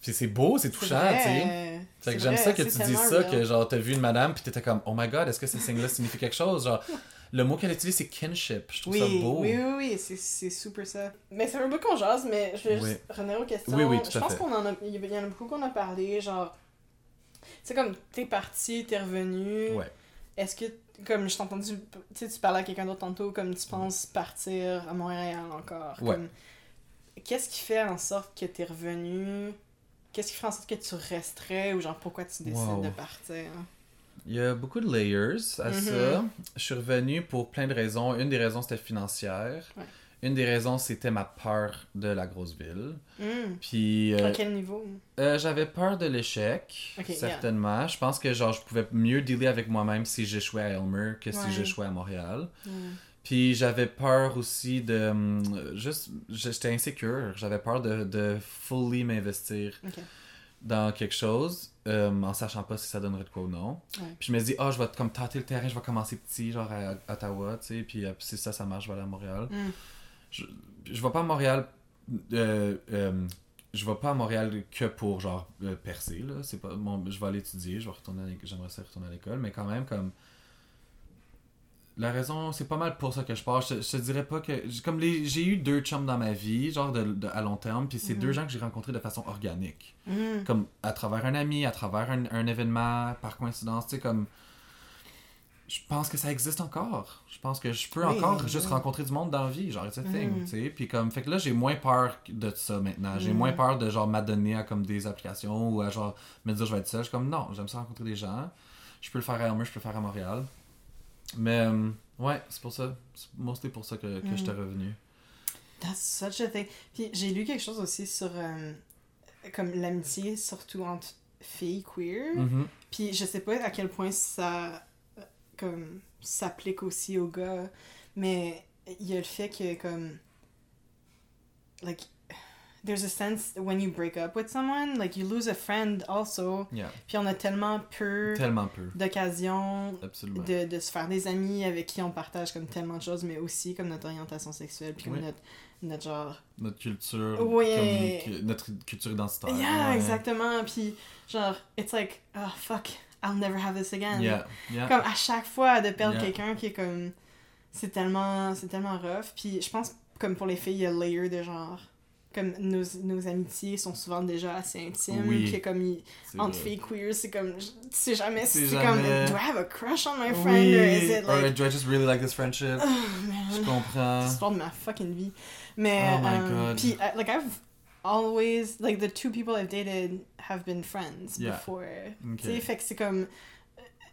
[SPEAKER 2] Puis c'est beau, c'est touchant, tu sais. Fait que j'aime ça que tu dis ça, que genre t'as vu une madame puis t'étais comme oh my god, est-ce que ce signe-là signifie quelque chose? Genre le mot qu'elle utilise c'est kinship, je trouve
[SPEAKER 1] oui,
[SPEAKER 2] ça beau.
[SPEAKER 1] oui, oui, oui, c'est- c'est super ça. Mais c'est un peu qu'on jase, mais je vais
[SPEAKER 2] Oui.
[SPEAKER 1] juste revenir aux questions.
[SPEAKER 2] Oui, oui, tout
[SPEAKER 1] je
[SPEAKER 2] à
[SPEAKER 1] pense
[SPEAKER 2] fait.
[SPEAKER 1] qu'on en a, il y en a beaucoup qu'on a parlé, genre, c'est comme t'es parti, t'es revenu.
[SPEAKER 2] Ouais.
[SPEAKER 1] Est-ce que, comme je t'ai entendu, tu sais, tu parlais à quelqu'un d'autre tantôt, comme tu penses partir à Montréal encore.
[SPEAKER 2] Ouais.
[SPEAKER 1] comme, Qu'est-ce qui fait en sorte que t'es revenu? Qu'est-ce qui fait en sorte que tu resterais ou genre pourquoi tu décides
[SPEAKER 2] Wow.
[SPEAKER 1] de partir?
[SPEAKER 2] Il y a beaucoup de layers à
[SPEAKER 1] Mhm.
[SPEAKER 2] ça. Je suis revenu pour plein de raisons. Une des raisons, c'était financière.
[SPEAKER 1] Ouais.
[SPEAKER 2] Une des raisons, c'était ma peur de la grosse ville.
[SPEAKER 1] Hmm.
[SPEAKER 2] Puis
[SPEAKER 1] À
[SPEAKER 2] euh,
[SPEAKER 1] quel niveau?
[SPEAKER 2] euh, j'avais peur de l'échec,
[SPEAKER 1] Ok, yeah.
[SPEAKER 2] certainement. Je pense que genre je pouvais mieux dealer avec moi-même si j'échouais à Elmer que
[SPEAKER 1] Ouais.
[SPEAKER 2] si j'échouais à Montréal.
[SPEAKER 1] Hmm.
[SPEAKER 2] Puis j'avais peur aussi de... hum, Juste, j'étais insécure. J'avais peur de, de fully m'investir
[SPEAKER 1] Ok.
[SPEAKER 2] dans quelque chose euh, en sachant pas si ça donnerait de quoi ou non.
[SPEAKER 1] Ouais.
[SPEAKER 2] Puis je me dis, ah, je vais comme tâter le terrain, je vais commencer petit, genre à Ottawa, tu sais, puis euh, si ça, ça marche, je vais aller à Montréal.
[SPEAKER 1] Mm.
[SPEAKER 2] Je, je vais pas à Montréal, euh, euh, je vais pas à Montréal que pour, genre, euh, percer, là. C'est pas, mon- je vais aller étudier, je vais retourner, à l'é- j'aimerais ça retourner à l'école, mais quand même, comme, la raison, c'est pas mal pour ça que je pars. Je, je te dirais pas que. j- Comme les, j'ai eu deux chums dans ma vie, genre de, de- à long terme, puis c'est
[SPEAKER 1] Mhm.
[SPEAKER 2] deux gens que j'ai rencontrés de façon organique
[SPEAKER 1] Hmm.
[SPEAKER 2] comme à travers un ami, à travers un, un événement, par coïncidence, tu sais, comme. Je pense que ça existe encore. Je pense que je peux
[SPEAKER 1] Oui,
[SPEAKER 2] encore
[SPEAKER 1] oui.
[SPEAKER 2] juste rencontrer du monde dans la vie, genre, it's a thing,
[SPEAKER 1] Mhm.
[SPEAKER 2] tu sais. Puis comme, fait que là, j'ai moins peur de ça maintenant. J'ai
[SPEAKER 1] Mhm.
[SPEAKER 2] moins peur de, genre, m'adonner à comme des applications ou à, genre, me dire je vais être seul. Je suis comme, non, j'aime ça rencontrer des gens. Je peux le faire à Elmer, je peux le faire à Montréal. Mais, euh, ouais, c'est pour ça. C'est mostly pour ça que, que
[SPEAKER 1] Mhm.
[SPEAKER 2] je t'ai revenu.
[SPEAKER 1] That's such a thing. Puis j'ai lu quelque chose aussi sur euh, comme l'amitié, surtout entre filles queer.
[SPEAKER 2] Mhm.
[SPEAKER 1] Puis je sais pas à quel point ça euh, comme s'applique aussi aux gars, mais il y a le fait que comme like there's a sense when you break up with someone, like you lose a friend also.
[SPEAKER 2] Yeah.
[SPEAKER 1] Puis on a tellement peu
[SPEAKER 2] Tellement peu.
[SPEAKER 1] d'occasions
[SPEAKER 2] Absolument.
[SPEAKER 1] de, de se faire des amis avec qui on partage comme tellement de choses, mais aussi comme notre orientation sexuelle, puis comme
[SPEAKER 2] Oui.
[SPEAKER 1] notre, notre genre.
[SPEAKER 2] notre culture,
[SPEAKER 1] Ouais.
[SPEAKER 2] communique- notre culture identitaire.
[SPEAKER 1] yeah,
[SPEAKER 2] ouais.
[SPEAKER 1] exactement. Puis genre, it's like, oh fuck, I'll never have this again.
[SPEAKER 2] Yeah, yeah.
[SPEAKER 1] Comme à chaque fois de perdre
[SPEAKER 2] Yeah.
[SPEAKER 1] quelqu'un qui est comme, c'est tellement, c'est tellement rough. Puis je pense comme pour les filles, il y a layer de genre. Comme nos, nos amitiés sont souvent déjà assez intimes,
[SPEAKER 2] Oui.
[SPEAKER 1] puis comme ils-
[SPEAKER 2] C'est
[SPEAKER 1] entre
[SPEAKER 2] vrai.
[SPEAKER 1] filles queer, c'est comme, tu sais jamais si
[SPEAKER 2] C'est
[SPEAKER 1] c'est comme,
[SPEAKER 2] jamais-
[SPEAKER 1] do I have a crush on my
[SPEAKER 2] Oui,
[SPEAKER 1] friend, or is it
[SPEAKER 2] or
[SPEAKER 1] like,
[SPEAKER 2] do I just really like this friendship?
[SPEAKER 1] oh
[SPEAKER 2] Je
[SPEAKER 1] man.
[SPEAKER 2] comprends.
[SPEAKER 1] It's de ma fucking vie. Mais,
[SPEAKER 2] Oh my
[SPEAKER 1] um,
[SPEAKER 2] God.
[SPEAKER 1] puis, I- like, I've always, like, the two people I've dated have been friends
[SPEAKER 2] Yeah.
[SPEAKER 1] before.
[SPEAKER 2] Ok.
[SPEAKER 1] Tu sais, fait que c'est comme,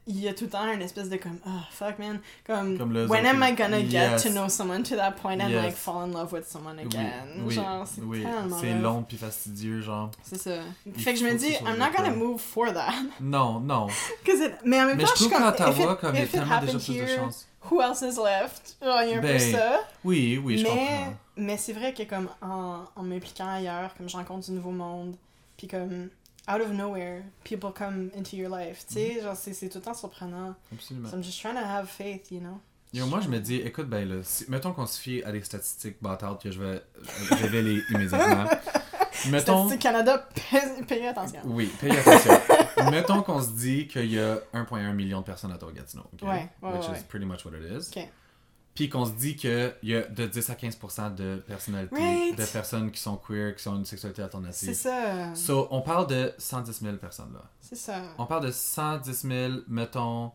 [SPEAKER 1] il y a tout le temps une espèce de comme, oh fuck man, comme,
[SPEAKER 2] Comme le-
[SPEAKER 1] when am I gonna
[SPEAKER 2] Yes.
[SPEAKER 1] get to know someone to that point and
[SPEAKER 2] Yes.
[SPEAKER 1] like fall in love with someone
[SPEAKER 2] Oui,
[SPEAKER 1] again?
[SPEAKER 2] oui,
[SPEAKER 1] Genre, c'est
[SPEAKER 2] oui.
[SPEAKER 1] tellement
[SPEAKER 2] C'est
[SPEAKER 1] rough.
[SPEAKER 2] long puis fastidieux, genre.
[SPEAKER 1] C'est ça.
[SPEAKER 2] Il
[SPEAKER 1] fait que je me
[SPEAKER 2] faut que
[SPEAKER 1] dis,
[SPEAKER 2] ce soit
[SPEAKER 1] I'm not gonna
[SPEAKER 2] local.
[SPEAKER 1] move for that. *laughs*
[SPEAKER 2] Non, non.
[SPEAKER 1] 'Cause it- mais en même
[SPEAKER 2] Mais
[SPEAKER 1] temps,
[SPEAKER 2] je
[SPEAKER 1] je suis
[SPEAKER 2] trouve
[SPEAKER 1] comme,
[SPEAKER 2] qu'à
[SPEAKER 1] if
[SPEAKER 2] Ottawa,
[SPEAKER 1] it,
[SPEAKER 2] comme il y a
[SPEAKER 1] if it
[SPEAKER 2] tellement déjà
[SPEAKER 1] happened
[SPEAKER 2] plus de
[SPEAKER 1] here,
[SPEAKER 2] chance.
[SPEAKER 1] who else is left? Genre, il y a un peu
[SPEAKER 2] Ben,
[SPEAKER 1] ça.
[SPEAKER 2] Oui, oui, je
[SPEAKER 1] mais
[SPEAKER 2] comprends.
[SPEAKER 1] mais c'est vrai que comme en, en m'impliquant ailleurs, comme je rencontre du nouveau monde, puis comme out of nowhere, people come into your life. Tu
[SPEAKER 2] Mhm.
[SPEAKER 1] sais, genre c'est, c'est tout le temps surprenant.
[SPEAKER 2] Absolument.
[SPEAKER 1] So I'm just trying to have faith, you know.
[SPEAKER 2] Yo, moi, je me dis, écoute, ben là, si- mettons qu'on se fie à des statistiques bâtardes que je vais euh, révéler
[SPEAKER 1] *laughs*
[SPEAKER 2] immédiatement. mettons.
[SPEAKER 1] Statistique Canada, *laughs* pay- payez attention.
[SPEAKER 2] Oui, paye attention. *laughs* Mettons qu'on se dit qu'il y a 1,1 million de personnes à Ottawa-Gatineau, ok?
[SPEAKER 1] Ouais, ouais,
[SPEAKER 2] Which
[SPEAKER 1] ouais,
[SPEAKER 2] is pretty much what it is.
[SPEAKER 1] Ok.
[SPEAKER 2] Puis qu'on se dit qu'il y a de 10 à 15% de personnalités,
[SPEAKER 1] Right.
[SPEAKER 2] de personnes qui sont queer, qui ont une sexualité alternative.
[SPEAKER 1] C'est ça,
[SPEAKER 2] So, on parle de 110 000 personnes là.
[SPEAKER 1] c'est ça.
[SPEAKER 2] On parle de 110 000, mettons,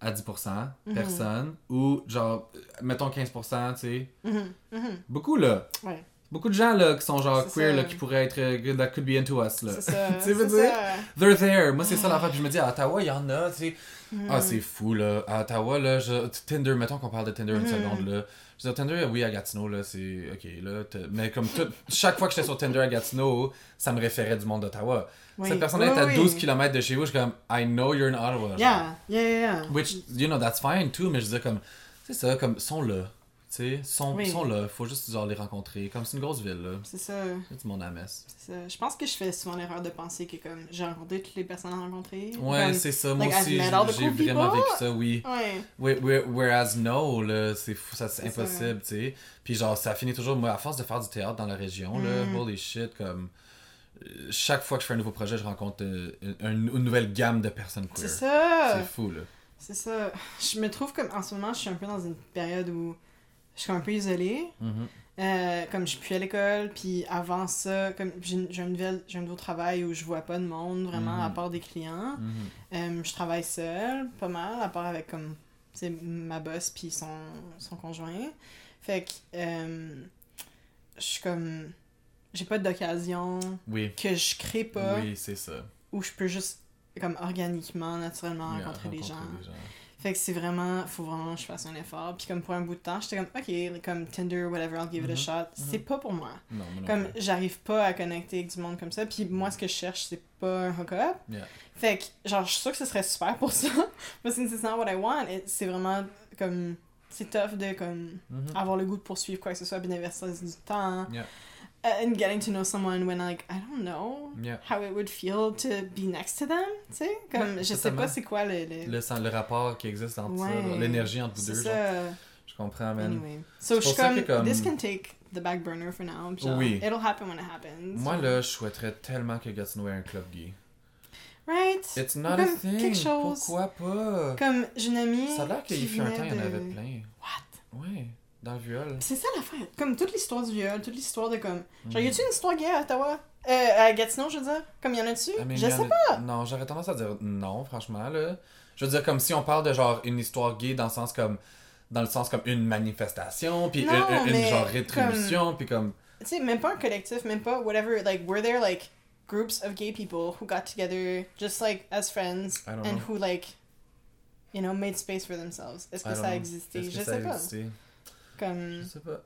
[SPEAKER 2] à 10%
[SPEAKER 1] Mm-hmm.
[SPEAKER 2] personnes, ou genre, euh, mettons 15%, tu sais.
[SPEAKER 1] Mhm, mhm,
[SPEAKER 2] Beaucoup là.
[SPEAKER 1] Ouais.
[SPEAKER 2] Beaucoup de gens là qui sont genre
[SPEAKER 1] C'est
[SPEAKER 2] queer
[SPEAKER 1] ça.
[SPEAKER 2] là, qui pourraient être euh, that could be into us là.
[SPEAKER 1] C'est ça.
[SPEAKER 2] *laughs* Tu sais, veux
[SPEAKER 1] c'est
[SPEAKER 2] dire?
[SPEAKER 1] ça.
[SPEAKER 2] They're there. Moi, c'est ça l'affaire. Puis je me dis, à Ottawa, il y en a, tu sais.
[SPEAKER 1] Mhm.
[SPEAKER 2] Ah, c'est fou, là. À Ottawa, là, je... Tinder, mettons qu'on parle de Tinder une
[SPEAKER 1] Mhm.
[SPEAKER 2] seconde, là. Je veux dire, Tinder, oui, à Gatineau, là, c'est... OK, là, t'as- Mais comme tout... Chaque fois que j'étais sur Tinder à Gatineau, ça me référait du monde d'Ottawa.
[SPEAKER 1] Oui.
[SPEAKER 2] Cette personne-là est
[SPEAKER 1] Oui,
[SPEAKER 2] à
[SPEAKER 1] oui.
[SPEAKER 2] 12 km de chez vous. Je suis comme, I know you're in Ottawa. Ah, genre.
[SPEAKER 1] Yeah, yeah, yeah. yeah.
[SPEAKER 2] Which, you know, that's fine, too. Mais je veux dire, comme... C'est ça, comme, sont là. Tu sais, sont,
[SPEAKER 1] Oui.
[SPEAKER 2] sont là. Faut juste, genre, les rencontrer. Comme, c'est une grosse ville, là.
[SPEAKER 1] C'est ça.
[SPEAKER 2] Il y a du monde à Metz.
[SPEAKER 1] C'est ça. Je pense que je fais souvent l'erreur de penser que comme j'ai rencontré toutes les personnes à rencontrer.
[SPEAKER 2] Ouais,
[SPEAKER 1] Comme-
[SPEAKER 2] c'est ça. Moi
[SPEAKER 1] Ben, like, I've
[SPEAKER 2] aussi,
[SPEAKER 1] met all the
[SPEAKER 2] j'ai
[SPEAKER 1] cool
[SPEAKER 2] vraiment
[SPEAKER 1] people.
[SPEAKER 2] vécu ça, oui.
[SPEAKER 1] Ouais.
[SPEAKER 2] Oui, oui, Whereas no, là, c'est fou, ça c'est
[SPEAKER 1] C'est ça.
[SPEAKER 2] impossible, tu sais. Puis genre, ça finit toujours, moi, à force de faire du théâtre dans la région, là,
[SPEAKER 1] Mm.
[SPEAKER 2] holy shit, comme, euh, chaque fois que je fais un nouveau projet, je rencontre euh, une, une nouvelle gamme de personnes
[SPEAKER 1] C'est
[SPEAKER 2] queer.
[SPEAKER 1] ça!
[SPEAKER 2] C'est fou, là.
[SPEAKER 1] C'est ça. Je me trouve comme en ce moment, je suis un peu dans une période où je suis comme un peu isolée.
[SPEAKER 2] Mhm.
[SPEAKER 1] Euh, comme je suis plus à l'école, puis avant ça, comme j'ai j'ai un, nouvel- j'ai un nouveau travail où je vois pas de monde vraiment à
[SPEAKER 2] Mhm.
[SPEAKER 1] part des clients. Euh,
[SPEAKER 2] Mhm.
[SPEAKER 1] je travaille seule, pas mal, à part avec comme tu sais, ma boss puis son, son conjoint. Fait que euh, je suis comme j'ai pas d'occasion
[SPEAKER 2] Oui.
[SPEAKER 1] que je crée pas
[SPEAKER 2] Oui, c'est ça.
[SPEAKER 1] où je peux juste comme organiquement, naturellement
[SPEAKER 2] Oui, à
[SPEAKER 1] rencontrer les gens.
[SPEAKER 2] des gens.
[SPEAKER 1] Fait que c'est vraiment, faut vraiment que je fasse un effort. Puis comme pour un bout de temps, j'étais comme, ok, comme Tinder, whatever, I'll give it a
[SPEAKER 2] Mhm.
[SPEAKER 1] shot. C'est pas pour moi.
[SPEAKER 2] Non, moi non
[SPEAKER 1] Comme
[SPEAKER 2] plus.
[SPEAKER 1] j'arrive pas à connecter avec du monde comme ça. Puis moi, ce que je cherche, c'est pas un hookup.
[SPEAKER 2] Yeah.
[SPEAKER 1] Fait que, genre, je suis sûre que ce serait super pour ça. *laughs* But since it's not what I want, it- c'est vraiment comme, c'est tough de comme
[SPEAKER 2] Mhm.
[SPEAKER 1] avoir le goût de poursuivre quoi que ce soit, bien versus du temps.
[SPEAKER 2] Yeah.
[SPEAKER 1] Uh, and getting to know someone when like I don't know
[SPEAKER 2] Yeah.
[SPEAKER 1] how it would feel to be next to them, tu sais. Comme
[SPEAKER 2] Ouais,
[SPEAKER 1] je sais
[SPEAKER 2] totalement.
[SPEAKER 1] pas c'est quoi le, le-
[SPEAKER 2] Le, sens- le rapport qui existe entre ça,
[SPEAKER 1] Ouais.
[SPEAKER 2] genre, l'énergie entre vous
[SPEAKER 1] c'est
[SPEAKER 2] deux. genre.
[SPEAKER 1] ça.
[SPEAKER 2] Je comprends, man.
[SPEAKER 1] Anyway, so
[SPEAKER 2] C'est
[SPEAKER 1] je suis
[SPEAKER 2] pour ça
[SPEAKER 1] comme,
[SPEAKER 2] que comme-
[SPEAKER 1] this can take the back burner for now. puis genre,
[SPEAKER 2] um, Oui.
[SPEAKER 1] It'll happen when it happens.
[SPEAKER 2] Moi, là, je souhaiterais tellement que Gatineau ait un club gay.
[SPEAKER 1] Right?
[SPEAKER 2] It's not a
[SPEAKER 1] Comme
[SPEAKER 2] thing.
[SPEAKER 1] quelque chose.
[SPEAKER 2] Pourquoi pas?
[SPEAKER 1] Comme j'ai une amie.
[SPEAKER 2] Ça a l'air qu'il
[SPEAKER 1] qui
[SPEAKER 2] fut un
[SPEAKER 1] venait
[SPEAKER 2] temps, il y en
[SPEAKER 1] de-
[SPEAKER 2] avait plein.
[SPEAKER 1] What?
[SPEAKER 2] Ouais, dans le viol.
[SPEAKER 1] C'est ça l'affaire. Comme toute l'histoire du viol, toute l'histoire de comme. Genre,
[SPEAKER 2] Mm.
[SPEAKER 1] y a-tu une histoire gay à Ottawa? Euh, à Gatineau, je veux dire? Comme y en a-tu?
[SPEAKER 2] Ah, mais
[SPEAKER 1] je
[SPEAKER 2] il y en
[SPEAKER 1] sais
[SPEAKER 2] a- Non, j'aurais tendance à dire non, franchement, là. Je veux dire, comme si on parle de genre une histoire gay dans le sens comme. Dans le sens comme une manifestation, puis une,
[SPEAKER 1] Non,
[SPEAKER 2] une- une
[SPEAKER 1] mais
[SPEAKER 2] genre rétribution, puis comme.
[SPEAKER 1] Tu sais, même pas un collectif, même pas whatever. Like, were there like groups of gay people who got together just like as friends
[SPEAKER 2] I don't
[SPEAKER 1] and
[SPEAKER 2] know.
[SPEAKER 1] who like. You know, made space for themselves. Est-ce que
[SPEAKER 2] I don't
[SPEAKER 1] ça a
[SPEAKER 2] know.
[SPEAKER 1] existé?
[SPEAKER 2] Est-ce que
[SPEAKER 1] Je
[SPEAKER 2] ça
[SPEAKER 1] sais pas. Mm.
[SPEAKER 2] existait?
[SPEAKER 1] Comme...
[SPEAKER 2] Je sais pas.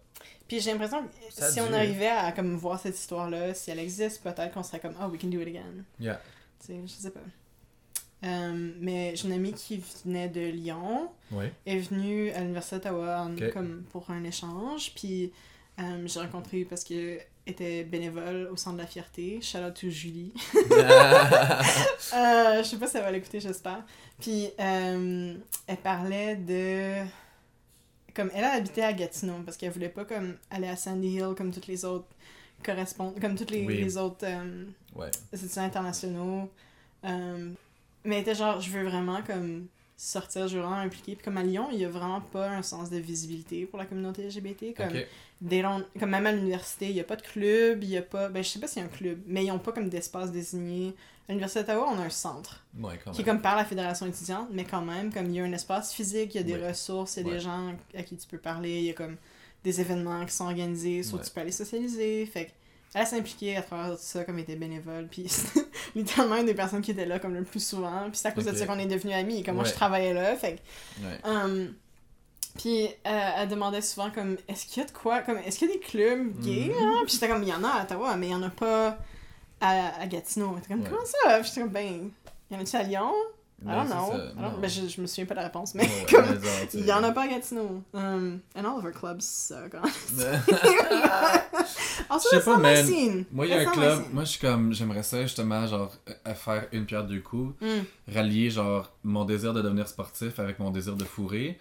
[SPEAKER 1] Puis j'ai l'impression que
[SPEAKER 2] Ça
[SPEAKER 1] si on
[SPEAKER 2] dure.
[SPEAKER 1] arrivait à comme voir cette histoire-là, si elle existe, peut-être qu'on serait comme « Oh, we can do it again
[SPEAKER 2] Yeah. ».
[SPEAKER 1] Tu sais, je sais pas. Euh, mais j'ai une amie qui venait de Lyon,
[SPEAKER 2] Ouais.
[SPEAKER 1] est venue à l'Université d'Ottawa en-
[SPEAKER 2] Ok.
[SPEAKER 1] comme pour un échange, puis euh, j'ai rencontré parce que était bénévole au Centre de la Fierté, shout out to Julie. Euh, je sais pas si elle va l'écouter, j'espère. Puis euh, elle parlait de. Comme elle habitait à Gatineau parce qu'elle voulait pas comme aller à Sandy Hill comme toutes les autres correspondent comme toutes les,
[SPEAKER 2] Oui.
[SPEAKER 1] les autres euh,
[SPEAKER 2] *laughs* ouais.
[SPEAKER 1] étudiants internationaux. Euh, mais elle était genre, je veux vraiment comme sortir, je veux vraiment impliquer. Puis comme à Lyon, il y a vraiment pas un sens de visibilité pour la communauté LGBT. Comme
[SPEAKER 2] Ok.
[SPEAKER 1] des longs- comme même à l'université, il n'y a pas de club, il y a pas. Ben, je sais pas s'il y a un club, mais ils n'ont pas comme d'espace désigné. À l'Université d'Ottawa, on a un centre,
[SPEAKER 2] Ouais, quand
[SPEAKER 1] qui est
[SPEAKER 2] même.
[SPEAKER 1] comme par la Fédération étudiante, mais quand même, comme il y a un espace physique, il y a des
[SPEAKER 2] Ouais.
[SPEAKER 1] ressources, il y a
[SPEAKER 2] Ouais.
[SPEAKER 1] des gens à qui tu peux parler, il y a comme des événements qui sont organisés, soit
[SPEAKER 2] Ouais.
[SPEAKER 1] tu peux aller socialiser. Fait que, elle s'impliquait à travers ça, comme elle était bénévole, puis *laughs* c'était littéralement une des personnes qui étaient là comme le plus souvent, puis c'est à cause de
[SPEAKER 2] Ok.
[SPEAKER 1] ça qu'on est devenus amis, et comme moi je
[SPEAKER 2] Ouais.
[SPEAKER 1] travaillais là, fait que
[SPEAKER 2] Ouais.
[SPEAKER 1] Um, puis euh, elle demandait souvent comme est-ce qu'il y a de quoi comme est-ce qu'il y a des
[SPEAKER 2] Mhm.
[SPEAKER 1] clubs gays hein? puis j'étais comme il y en a à Ottawa mais il y en a pas à, à Gatineau j'étais comme
[SPEAKER 2] Ouais.
[SPEAKER 1] comment ça puis j'étais comme ben il y en a-tu à Lyon I
[SPEAKER 2] Ouais,
[SPEAKER 1] don't
[SPEAKER 2] c'est
[SPEAKER 1] know
[SPEAKER 2] ça.
[SPEAKER 1] I don't-
[SPEAKER 2] Non.
[SPEAKER 1] ben, je, je me souviens pas de la réponse mais
[SPEAKER 2] Ouais, ouais,
[SPEAKER 1] comme
[SPEAKER 2] mais genre, tu-
[SPEAKER 1] *laughs* il y en a pas à Gatineau um, and all of our clubs
[SPEAKER 2] *laughs*
[SPEAKER 1] suck hein. also
[SPEAKER 2] Je sais
[SPEAKER 1] that's
[SPEAKER 2] pas,
[SPEAKER 1] not my
[SPEAKER 2] man.
[SPEAKER 1] scene
[SPEAKER 2] Moi, il y a
[SPEAKER 1] That's
[SPEAKER 2] un
[SPEAKER 1] not my
[SPEAKER 2] club.
[SPEAKER 1] scene.
[SPEAKER 2] Moi, je suis comme. J'aimerais ça, justement, genre, à- à faire une pierre deux coups.
[SPEAKER 1] Mm.
[SPEAKER 2] Rallier, genre, mon désir de devenir sportif avec mon désir de fourrer.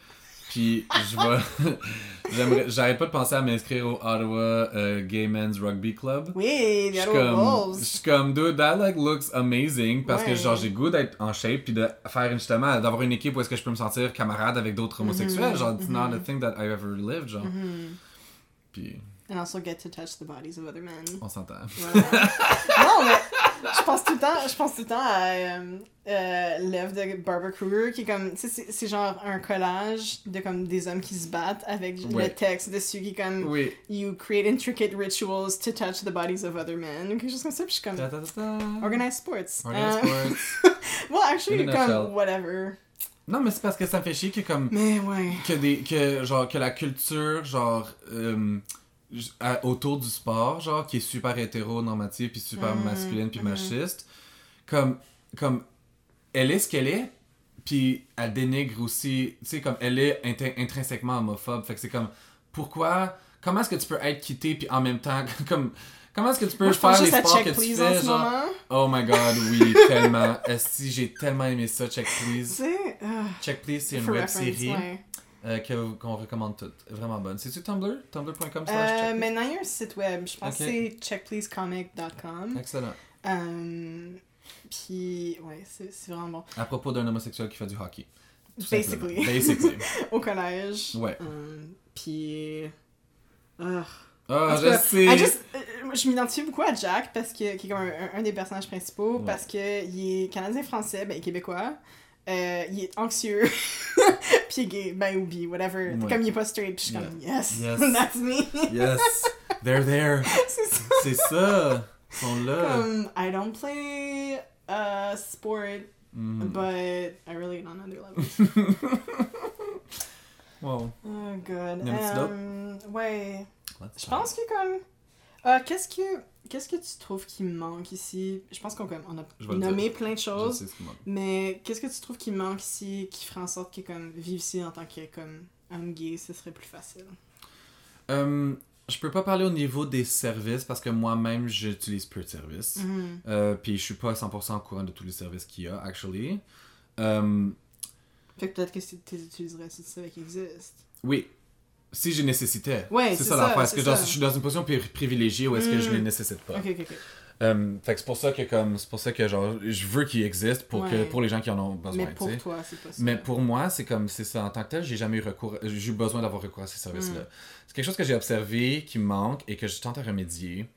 [SPEAKER 2] Puis, je vais. *laughs* J'aimerais. J'arrête pas de penser à m'inscrire au Ottawa euh, Gay Men's Rugby Club.
[SPEAKER 1] oui
[SPEAKER 2] Je
[SPEAKER 1] the
[SPEAKER 2] suis
[SPEAKER 1] Ottawa
[SPEAKER 2] comme,
[SPEAKER 1] Wolves
[SPEAKER 2] je suis comme, dude, that like looks amazing. Parce
[SPEAKER 1] Ouais.
[SPEAKER 2] que, genre, j'ai goût d'être en shape. Puis de faire, justement, d'avoir une équipe où est-ce que je peux me sentir camarade avec d'autres homosexuels. Genre, it's not a thing that I've ever lived, genre.
[SPEAKER 1] Mhm.
[SPEAKER 2] Puis,
[SPEAKER 1] and also get to touch the bodies of other men
[SPEAKER 2] on s'entend.
[SPEAKER 1] Voilà. non, mais je pense tout le temps, je pense tout le temps à euh, euh, l'œuvre de Barbara Kruger qui est comme, tu sais, c'est- c'est genre un collage de comme des hommes qui se battent avec
[SPEAKER 2] Ouais.
[SPEAKER 1] le texte dessus qui est comme
[SPEAKER 2] Oui.
[SPEAKER 1] You create intricate rituals to touch the bodies of other men ou quelque chose comme ça. Puis je suis comme
[SPEAKER 2] Ta ta ta ta.
[SPEAKER 1] Organized sports.
[SPEAKER 2] Organized
[SPEAKER 1] Euh,
[SPEAKER 2] sports.
[SPEAKER 1] *laughs* well, actually,
[SPEAKER 2] In a
[SPEAKER 1] comme
[SPEAKER 2] nutshell.
[SPEAKER 1] whatever.
[SPEAKER 2] Non, mais c'est parce que ça me fait chier que comme
[SPEAKER 1] Mais ouais.
[SPEAKER 2] que des que genre que la culture genre euh, j- à- autour du sport genre qui est super hétéronormative puis super
[SPEAKER 1] Mhm,
[SPEAKER 2] masculine puis
[SPEAKER 1] mhm.
[SPEAKER 2] machiste comme comme elle est ce qu'elle est puis elle dénigre aussi tu sais comme elle est inté- intrinsèquement homophobe fait que c'est comme pourquoi comment est-ce que tu peux être quitté puis en même temps *laughs* comme comment est-ce que tu peux
[SPEAKER 1] Moi, je pense
[SPEAKER 2] faire les
[SPEAKER 1] juste à
[SPEAKER 2] sports que
[SPEAKER 1] check
[SPEAKER 2] tu
[SPEAKER 1] please en
[SPEAKER 2] fais
[SPEAKER 1] ce
[SPEAKER 2] genre
[SPEAKER 1] moment.
[SPEAKER 2] oh my god oui tellement si j'ai tellement aimé ça check
[SPEAKER 1] Tu
[SPEAKER 2] please
[SPEAKER 1] sais, ah,
[SPEAKER 2] Check Please, c'est une
[SPEAKER 1] for
[SPEAKER 2] web
[SPEAKER 1] reference,
[SPEAKER 2] série.
[SPEAKER 1] ouais.
[SPEAKER 2] euh, que- qu'on recommande toutes. Vraiment bonne. C'est-tu Tumblr? Tumblr.com slash
[SPEAKER 1] Euh,
[SPEAKER 2] check.
[SPEAKER 1] maintenant, il y a un site web, je pense
[SPEAKER 2] Ok.
[SPEAKER 1] que c'est checkpleasecomic.com.
[SPEAKER 2] Excellent.
[SPEAKER 1] Euh, Puis, ouais, c'est c'est vraiment bon.
[SPEAKER 2] À propos d'un homosexuel qui fait du hockey. Tout simplement.
[SPEAKER 1] Basically. *laughs*
[SPEAKER 2] Basically.
[SPEAKER 1] Au collège.
[SPEAKER 2] Ouais.
[SPEAKER 1] Euh, Puis. Ah.
[SPEAKER 2] Ah,
[SPEAKER 1] En tout
[SPEAKER 2] je
[SPEAKER 1] cas, I
[SPEAKER 2] sais.
[SPEAKER 1] just- euh, je m'identifie beaucoup à Jack, parce que, qui est comme un, un des personnages principaux,
[SPEAKER 2] Ouais.
[SPEAKER 1] parce qu'il est canadien-français, ben québécois. Euh, il est anxieux, *laughs* puis il est gay, ben ou bi, whatever.
[SPEAKER 2] Ouais.
[SPEAKER 1] Comme il est pas straight, puis je suis comme yes,
[SPEAKER 2] Yes.
[SPEAKER 1] *laughs* that's me.
[SPEAKER 2] Yes. They're there.
[SPEAKER 1] C'est ça.
[SPEAKER 2] C'est ça. Ils sont là.
[SPEAKER 1] Comme, I don't play uh, sport,
[SPEAKER 2] Mm.
[SPEAKER 1] but I really on another level.
[SPEAKER 2] wow.
[SPEAKER 1] Oh god.
[SPEAKER 2] Y en a-tu d'autres?
[SPEAKER 1] Um, ouais.
[SPEAKER 2] Let's
[SPEAKER 1] Je pense que comme. Ah, qu'est-ce que qu'est-ce que tu trouves qui manque ici Je pense qu'on comme on a
[SPEAKER 2] Je vais le
[SPEAKER 1] nommé plein de
[SPEAKER 2] Je
[SPEAKER 1] choses,
[SPEAKER 2] sais ce qu'il manque.
[SPEAKER 1] mais qu'est-ce que tu trouves qui manque ici qui ferait en sorte que comme vivre ici en tant que comme homme gay, ce serait plus facile
[SPEAKER 2] Hum, je peux pas parler au niveau des services parce que moi-même, j'utilise peu de services.
[SPEAKER 1] Mhm.
[SPEAKER 2] Euh, Puis je suis pas à 100% au courant de tous les services qu'il y a, actually. Hum,
[SPEAKER 1] Fait que peut-être que c'est- tu les utiliserais si tu savais qu'ils existent.
[SPEAKER 2] oui, si j'ai nécessité.
[SPEAKER 1] Ouais,
[SPEAKER 2] c'est
[SPEAKER 1] c'est
[SPEAKER 2] ça
[SPEAKER 1] ça,
[SPEAKER 2] l'affaire. Est-ce que
[SPEAKER 1] c'est
[SPEAKER 2] genre,
[SPEAKER 1] ça.
[SPEAKER 2] je suis dans une position pri- privilégiée ou est-ce que je
[SPEAKER 1] Mm.
[SPEAKER 2] les nécessite pas?
[SPEAKER 1] Ok, ok, ok.
[SPEAKER 2] Hum, fait que c'est pour ça que comme c'est pour ça que genre je veux qu'ils existent pour que
[SPEAKER 1] Ouais.
[SPEAKER 2] pour les gens qui en ont besoin.
[SPEAKER 1] mais pour
[SPEAKER 2] tu sais.
[SPEAKER 1] toi, c'est pas ça.
[SPEAKER 2] Mais pour moi, c'est comme, c'est ça, en tant que tel, j'ai jamais eu recours, j'ai eu besoin d'avoir recours à ces services-là.
[SPEAKER 1] Hmm.
[SPEAKER 2] C'est quelque chose que j'ai observé, qui me manque et que je tente à remédier.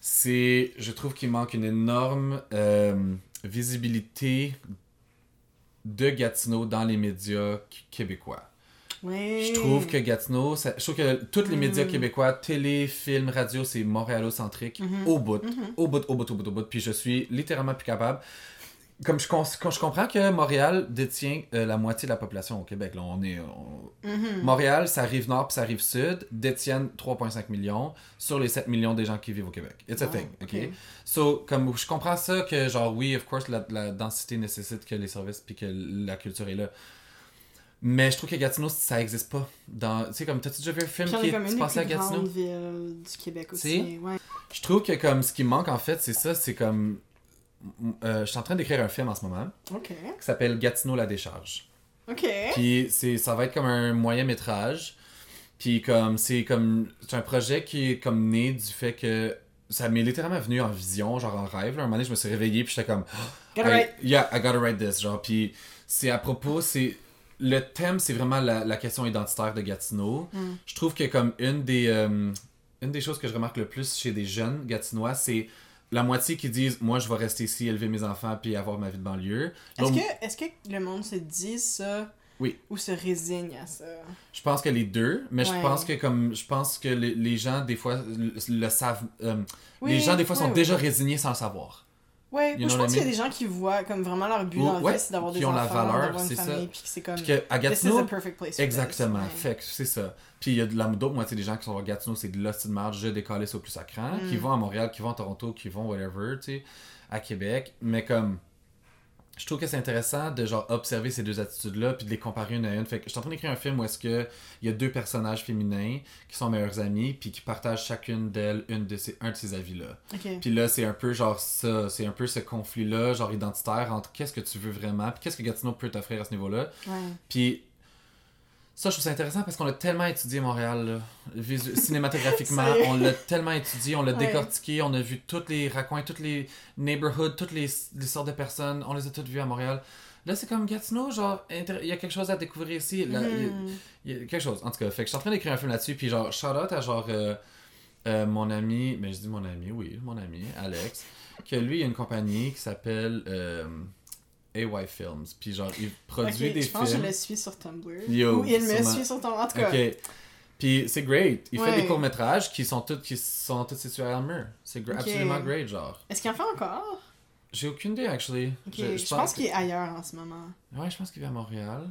[SPEAKER 2] C'est, je trouve qu'il manque une énorme euh, visibilité de Gatineau dans les médias qu- québécois.
[SPEAKER 1] Ouais.
[SPEAKER 2] Je trouve que Gatineau, ça- je trouve que tous les médias québécois, télé, film, radio, c'est montréalocentrique au bout, au bout, au bout, au bout, au bout. Puis je suis littéralement plus capable. Comme je, cons- quand je comprends que Montréal détient euh, la moitié de la population au Québec, là, on est. on-
[SPEAKER 1] Mhm.
[SPEAKER 2] Montréal, ça rive nord puis ça rive sud, détiennent 3,5 millions sur les 7 millions des gens qui vivent au Québec. It's a
[SPEAKER 1] Wow,
[SPEAKER 2] thing, ok?
[SPEAKER 1] Ah, ok.
[SPEAKER 2] So, comme je comprends ça, que genre, oui, of course, la, la densité nécessite que les services puis que la culture est là. Mais je trouve que Gatineau, ça existe pas. dans Tu sais, comme, t'as-tu déjà vu un film
[SPEAKER 1] Puis on
[SPEAKER 2] qui
[SPEAKER 1] est comme
[SPEAKER 2] est
[SPEAKER 1] une des
[SPEAKER 2] passé à
[SPEAKER 1] plus
[SPEAKER 2] Gatineau?
[SPEAKER 1] grandes villes du Québec aussi.
[SPEAKER 2] Si.
[SPEAKER 1] Ouais.
[SPEAKER 2] Je trouve que comme ce qui manque en fait, c'est ça, c'est comme... euh, je suis en train d'écrire un film en ce moment
[SPEAKER 1] Ok.
[SPEAKER 2] qui s'appelle Gatineau la décharge.
[SPEAKER 1] Ok.
[SPEAKER 2] Puis c'est, ça va être comme un moyen métrage. Puis comme c'est comme c'est un projet qui est comme né du fait que ça m'est littéralement venu en vision, genre en rêve. là. Un moment donné, je me suis réveillé puis j'étais comme
[SPEAKER 1] Gotta
[SPEAKER 2] I-
[SPEAKER 1] write.
[SPEAKER 2] yeah, I gotta write this. Genre, puis c'est à propos, c'est. Le thème, c'est vraiment la, la question identitaire de Gatineau.
[SPEAKER 1] Mm.
[SPEAKER 2] Je trouve que, comme une des, euh, une des choses que je remarque le plus chez des jeunes Gatinois, c'est la moitié qui disent Moi, je vais rester ici, élever mes enfants, puis avoir ma vie de banlieue.
[SPEAKER 1] Est-ce
[SPEAKER 2] L'autre-
[SPEAKER 1] que, est-ce que le monde se dit ça
[SPEAKER 2] Oui.
[SPEAKER 1] ou se résigne à ça?
[SPEAKER 2] Je pense que les deux, mais
[SPEAKER 1] Ouais.
[SPEAKER 2] je pense que comme je pense que les, les gens des fois le, le savent. euh,
[SPEAKER 1] Oui,
[SPEAKER 2] les gens des fois
[SPEAKER 1] oui,
[SPEAKER 2] sont
[SPEAKER 1] oui.
[SPEAKER 2] déjà résignés sans le savoir.
[SPEAKER 1] Ouais,
[SPEAKER 2] You
[SPEAKER 1] moi, je pense
[SPEAKER 2] know what I
[SPEAKER 1] qu'il y a
[SPEAKER 2] mean?
[SPEAKER 1] des gens qui voient comme vraiment leur but
[SPEAKER 2] Ouais,
[SPEAKER 1] dans la vie, c'est d'avoir
[SPEAKER 2] qui
[SPEAKER 1] des
[SPEAKER 2] ont
[SPEAKER 1] enfants,
[SPEAKER 2] la valeur,
[SPEAKER 1] d'avoir une
[SPEAKER 2] c'est ça.
[SPEAKER 1] famille, puis que c'est comme,
[SPEAKER 2] Puis que à
[SPEAKER 1] this is
[SPEAKER 2] Gatineau,
[SPEAKER 1] a perfect place for this.
[SPEAKER 2] Exactement.
[SPEAKER 1] Ouais.
[SPEAKER 2] Fait que c'est ça. Puis il y a de la d'autres moitié des gens qui sont à Gatineau, c'est de l'hostie de marde, je décalais au plus sacrant, qui vont à Montréal, qui vont à Toronto, qui vont whatever, tu sais, à Québec. Mais comme, je trouve que c'est intéressant de genre observer ces deux attitudes-là, puis de les comparer une à une. Fait que je suis en train d'écrire un film où est-ce que il y a deux personnages féminins qui sont meilleurs amis, puis qui partagent chacune d'elles une de ces, un de ces avis-là.
[SPEAKER 1] Ok.
[SPEAKER 2] Puis là, c'est un peu genre ça, c'est un peu ce conflit-là, genre identitaire entre qu'est-ce que tu veux vraiment, puis qu'est-ce que Gatineau peut t'offrir à ce niveau-là.
[SPEAKER 1] Ouais.
[SPEAKER 2] Puis ça, je trouve ça intéressant parce qu'on l'a tellement étudié Montréal, là. Visu-
[SPEAKER 1] *laughs*
[SPEAKER 2] cinématographiquement.
[SPEAKER 1] C'est-
[SPEAKER 2] on l'a tellement étudié, on l'a
[SPEAKER 1] Ouais.
[SPEAKER 2] décortiqué, on a vu tous les raccoins, toutes les neighborhoods, toutes les, les sortes de personnes, on les a toutes vues à Montréal. Là, c'est comme Gatineau, genre, intér- il y a quelque chose à découvrir ici. Là, il y a-
[SPEAKER 1] Mhm.
[SPEAKER 2] il y a quelque chose. En tout cas, fait que je suis en train d'écrire un film là-dessus, puis genre, shout out à genre euh, euh, mon ami, mais je dis mon ami, oui, mon ami, Alex, que lui, il y a une compagnie qui s'appelle euh, AY Films, puis genre, il
[SPEAKER 1] Ok,
[SPEAKER 2] produit des
[SPEAKER 1] je pense que
[SPEAKER 2] films.
[SPEAKER 1] je le suis sur Tumblr.
[SPEAKER 2] Yo,
[SPEAKER 1] ou il me
[SPEAKER 2] sûrement.
[SPEAKER 1] suit sur Tumblr. En tout cas,
[SPEAKER 2] Ok. Puis c'est great. Il
[SPEAKER 1] Ouais.
[SPEAKER 2] fait des courts-métrages qui sont tous qui sont tous situés à Elmer. C'est gra-
[SPEAKER 1] Ok.
[SPEAKER 2] absolument great, genre.
[SPEAKER 1] est-ce qu'il en fait encore?
[SPEAKER 2] J'ai aucune idée, actually.
[SPEAKER 1] Ok, Je, pense qu'il est ailleurs en ce moment.
[SPEAKER 2] Ouais, je pense qu'il vit à Montréal.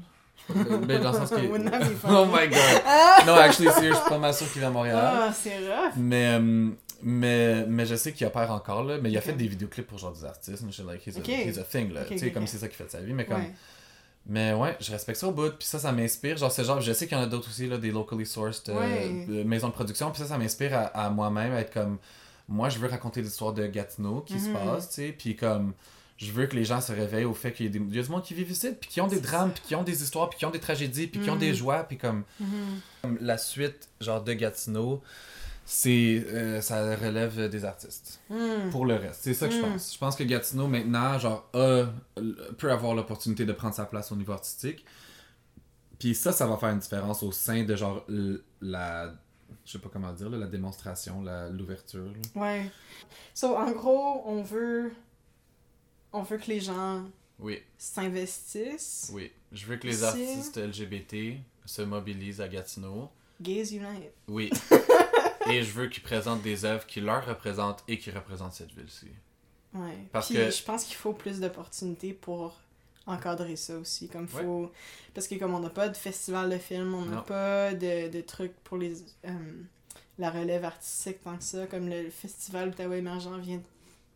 [SPEAKER 2] Je sais pas, ben, dans le sens qu'il...
[SPEAKER 1] *laughs* Wouldn't that be funny?
[SPEAKER 2] oh my god.
[SPEAKER 1] *laughs*
[SPEAKER 2] Non, actually, sérieux, je suis pas mal sûr qu'il vit à Montréal.
[SPEAKER 1] Ah, c'est rough.
[SPEAKER 2] Mais, euh, mais, mais je sais qu'il opère encore, là. Mais il a
[SPEAKER 1] Ok.
[SPEAKER 2] fait des vidéoclips pour genre des artistes. mais Je suis like, he's a,
[SPEAKER 1] Ok.
[SPEAKER 2] he's a thing, là.
[SPEAKER 1] Ok,
[SPEAKER 2] tu sais,
[SPEAKER 1] ok,
[SPEAKER 2] comme
[SPEAKER 1] ok.
[SPEAKER 2] c'est ça qu'il fait de sa vie. Mais comme...
[SPEAKER 1] Ouais.
[SPEAKER 2] Mais ouais, je respecte ça au bout. Puis ça, ça m'inspire. Genre, c'est genre, je sais qu'il y en a d'autres aussi, là, des locally sourced euh,
[SPEAKER 1] Ouais.
[SPEAKER 2] de maisons de production. Puis ça, ça m'inspire à, à moi-même à être comme, moi, je veux raconter l'histoire de Gatineau qui se
[SPEAKER 1] Mhm.
[SPEAKER 2] passe, tu sais. Puis comme,
[SPEAKER 3] je veux que les gens se réveillent au fait qu'il y a, des, il y a du monde qui vivent ici, puis qui ont des
[SPEAKER 1] C'est
[SPEAKER 3] drames,
[SPEAKER 1] ça.
[SPEAKER 3] puis qui ont des histoires, puis qui ont des tragédies, puis qui ont
[SPEAKER 1] Mhm.
[SPEAKER 3] des joies, puis comme...
[SPEAKER 1] Mhm.
[SPEAKER 3] comme la suite, genre, de Gatineau, c'est... euh, ça relève des artistes.
[SPEAKER 1] Mhm.
[SPEAKER 3] Pour le reste, c'est ça que je
[SPEAKER 1] Mm.
[SPEAKER 3] pense. Je pense que Gatineau, maintenant, genre, a- peut avoir l'opportunité de prendre sa place au niveau artistique. Puis ça, ça va faire une différence au sein de, genre, l- la... Je sais pas comment dire, là, la démonstration, la- l'ouverture. là.
[SPEAKER 1] Ouais. So, en gros, on veut. On veut que les gens
[SPEAKER 2] Oui,
[SPEAKER 1] s'investissent.
[SPEAKER 2] oui. Je veux que les
[SPEAKER 1] C'est-
[SPEAKER 2] artistes LGBT se mobilisent à Gatineau.
[SPEAKER 1] Gays Unite.
[SPEAKER 2] Oui. et je veux qu'ils présentent des œuvres qui leur représentent et qui représentent cette ville-ci.
[SPEAKER 1] Ouais.
[SPEAKER 2] Parce
[SPEAKER 1] Puis
[SPEAKER 2] que-
[SPEAKER 1] je pense qu'il faut plus d'opportunités pour encadrer ça aussi. Comme
[SPEAKER 2] Ouais.
[SPEAKER 1] faut... Parce que comme on n'a pas de festival de films, on n'a
[SPEAKER 2] Non.
[SPEAKER 1] pas de, de trucs pour les euh, la relève artistique tant que ça, comme le festival Ottawa émergent vient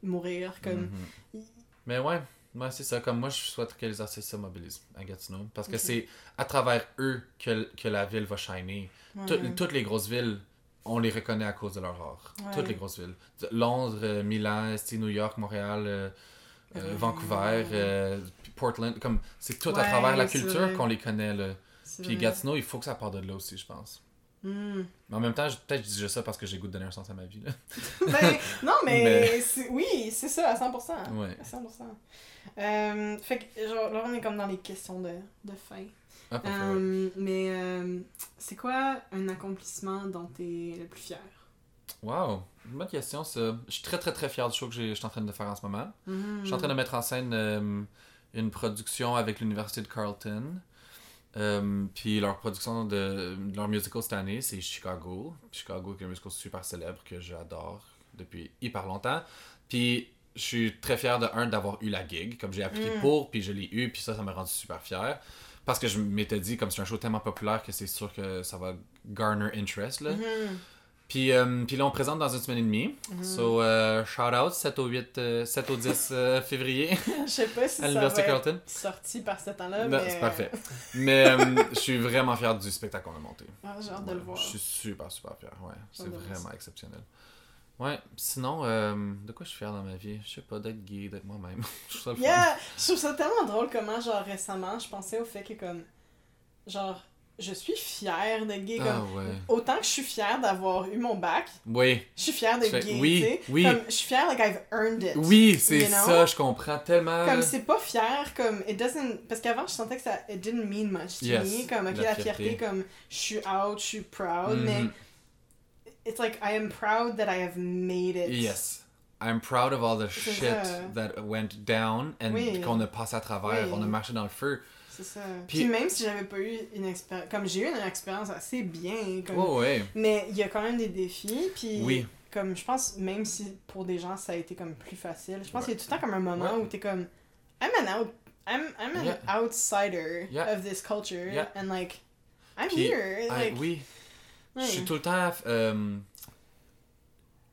[SPEAKER 1] de mourir, comme...
[SPEAKER 2] Mhm. Mais ouais, moi c'est ça. Comme moi, je souhaite que les artistes se mobilisent à Gatineau. Parce que
[SPEAKER 1] Ok.
[SPEAKER 2] c'est à travers eux que, que la ville va shiner.
[SPEAKER 1] ouais.
[SPEAKER 2] Toutes- Toutes les grosses villes, on les reconnaît à cause de leur art.
[SPEAKER 1] Ouais.
[SPEAKER 2] Toutes les grosses villes. Londres, euh, Milan, esti, New York, Montréal, euh, euh,
[SPEAKER 1] Ouais.
[SPEAKER 2] Vancouver, euh, puis Portland. Comme c'est tout à
[SPEAKER 1] Ouais,
[SPEAKER 2] travers la
[SPEAKER 1] c'est
[SPEAKER 2] culture
[SPEAKER 1] vrai.
[SPEAKER 2] qu'on les connaît. Là.
[SPEAKER 1] C'est
[SPEAKER 2] Puis
[SPEAKER 1] vrai.
[SPEAKER 2] Gatineau, il faut que ça parte de là aussi, je pense. *laughs*
[SPEAKER 1] Hmm.
[SPEAKER 2] Mais en même temps, je- peut-être que je dis juste ça parce que j'ai le goût de donner un sens à ma vie. Là.
[SPEAKER 1] Ben, non, mais,
[SPEAKER 2] Mais-
[SPEAKER 1] c'est- oui, c'est ça, à 100%.
[SPEAKER 2] Ouais.
[SPEAKER 1] À 100%. Euh, fait que, genre, là, on est comme dans les questions de, de fin.
[SPEAKER 2] Ah, parfait, ouais.
[SPEAKER 1] Euh, Mais euh, c'est quoi un accomplissement dont t'es le plus fier?
[SPEAKER 2] Wow, une bonne question ça. Je suis très très très fier du show que j'ai- je suis en train de faire en ce moment.
[SPEAKER 1] Mm-hmm.
[SPEAKER 2] Je suis en train de mettre en scène euh, une production avec l'université de Carleton. Euh, puis leur production de de leur musical cette année, c'est Chicago. Chicago qui est un musical super célèbre que j'adore depuis hyper longtemps. Puis je suis très fier de un d'avoir eu la gig, comme j'ai appliqué
[SPEAKER 1] Mm.
[SPEAKER 2] pour, puis je l'ai eu, puis ça, ça m'a rendu super fier. Parce que je m'étais dit, comme c'est un show tellement populaire que c'est sûr que ça va garner interest. Là.
[SPEAKER 1] Mhm.
[SPEAKER 2] Puis, euh, puis là, on présente dans une semaine et demie.
[SPEAKER 1] Mhm.
[SPEAKER 2] So, euh, shout out, 7 au, 8, euh, 7 au 10 euh, février
[SPEAKER 1] *laughs* Je sais pas si ça
[SPEAKER 2] à
[SPEAKER 1] va
[SPEAKER 2] l'Université
[SPEAKER 1] être
[SPEAKER 2] Carleton.
[SPEAKER 1] sorti par ce temps-là,
[SPEAKER 2] Non,
[SPEAKER 1] mais... euh, *laughs*
[SPEAKER 2] c'est parfait. Mais euh, je suis vraiment fier du spectacle qu'on a monté.
[SPEAKER 1] Ah, J'ai hâte de
[SPEAKER 2] Ouais,
[SPEAKER 1] le voir.
[SPEAKER 2] Je suis super, super fier. Ouais, c'est
[SPEAKER 1] de voir
[SPEAKER 2] vraiment exceptionnel. Ouais, sinon, euh, de quoi je suis fier dans ma vie Je sais pas, d'être gay, d'être moi-même. *laughs* je trouve ça le fun.
[SPEAKER 1] Yeah! Je trouve ça tellement drôle comment, genre, récemment, je pensais au fait que, comme, genre, je suis fière de gay.
[SPEAKER 2] Ah
[SPEAKER 1] Comme,
[SPEAKER 2] ouais.
[SPEAKER 1] Autant que je suis fière d'avoir eu mon bac,
[SPEAKER 2] Oui,
[SPEAKER 1] je suis fière de
[SPEAKER 2] Tu fais,
[SPEAKER 1] gay,
[SPEAKER 2] oui,
[SPEAKER 1] tu sais.
[SPEAKER 2] oui.
[SPEAKER 1] Comme, je suis fière, like, I've earned it.
[SPEAKER 2] oui, c'est
[SPEAKER 1] You know?
[SPEAKER 2] ça, je comprends tellement.
[SPEAKER 1] Comme c'est pas fier, comme it doesn't. Parce qu'avant, je sentais que ça. It didn't mean much to
[SPEAKER 2] Yes,
[SPEAKER 1] me. Comme, ok, la,
[SPEAKER 2] la
[SPEAKER 1] fierté.
[SPEAKER 2] fierté,
[SPEAKER 1] comme je suis out, je suis proud,
[SPEAKER 2] Mhm.
[SPEAKER 1] mais it's like I am proud that I have made it.
[SPEAKER 2] Yes. I'm proud of all the
[SPEAKER 1] C'est
[SPEAKER 2] shit
[SPEAKER 1] ça.
[SPEAKER 2] that went down and
[SPEAKER 1] Oui.
[SPEAKER 2] qu'on a passé à travers,
[SPEAKER 1] Oui.
[SPEAKER 2] on a marché dans le feu.
[SPEAKER 1] C'est ça. Puis,
[SPEAKER 2] Puis-
[SPEAKER 1] même si j'avais pas eu une expérience. Comme j'ai eu une expérience assez bien. Comme...
[SPEAKER 2] Oh, ouais.
[SPEAKER 1] Mais il y a quand même des défis. Puis
[SPEAKER 2] Oui.
[SPEAKER 1] comme je pense, même si pour des gens ça a été comme plus facile, je pense
[SPEAKER 2] Ouais.
[SPEAKER 1] qu'il y a tout le temps comme un moment
[SPEAKER 2] Ouais.
[SPEAKER 1] où t'es comme I'm an out I'm I'm an
[SPEAKER 2] Yeah.
[SPEAKER 1] outsider
[SPEAKER 2] Yeah.
[SPEAKER 1] of this culture
[SPEAKER 2] Yeah.
[SPEAKER 1] and like I'm
[SPEAKER 2] Puis,
[SPEAKER 1] here.
[SPEAKER 2] I-
[SPEAKER 1] Like,
[SPEAKER 2] oui.
[SPEAKER 1] ouais.
[SPEAKER 2] Je suis tout le temps. euh,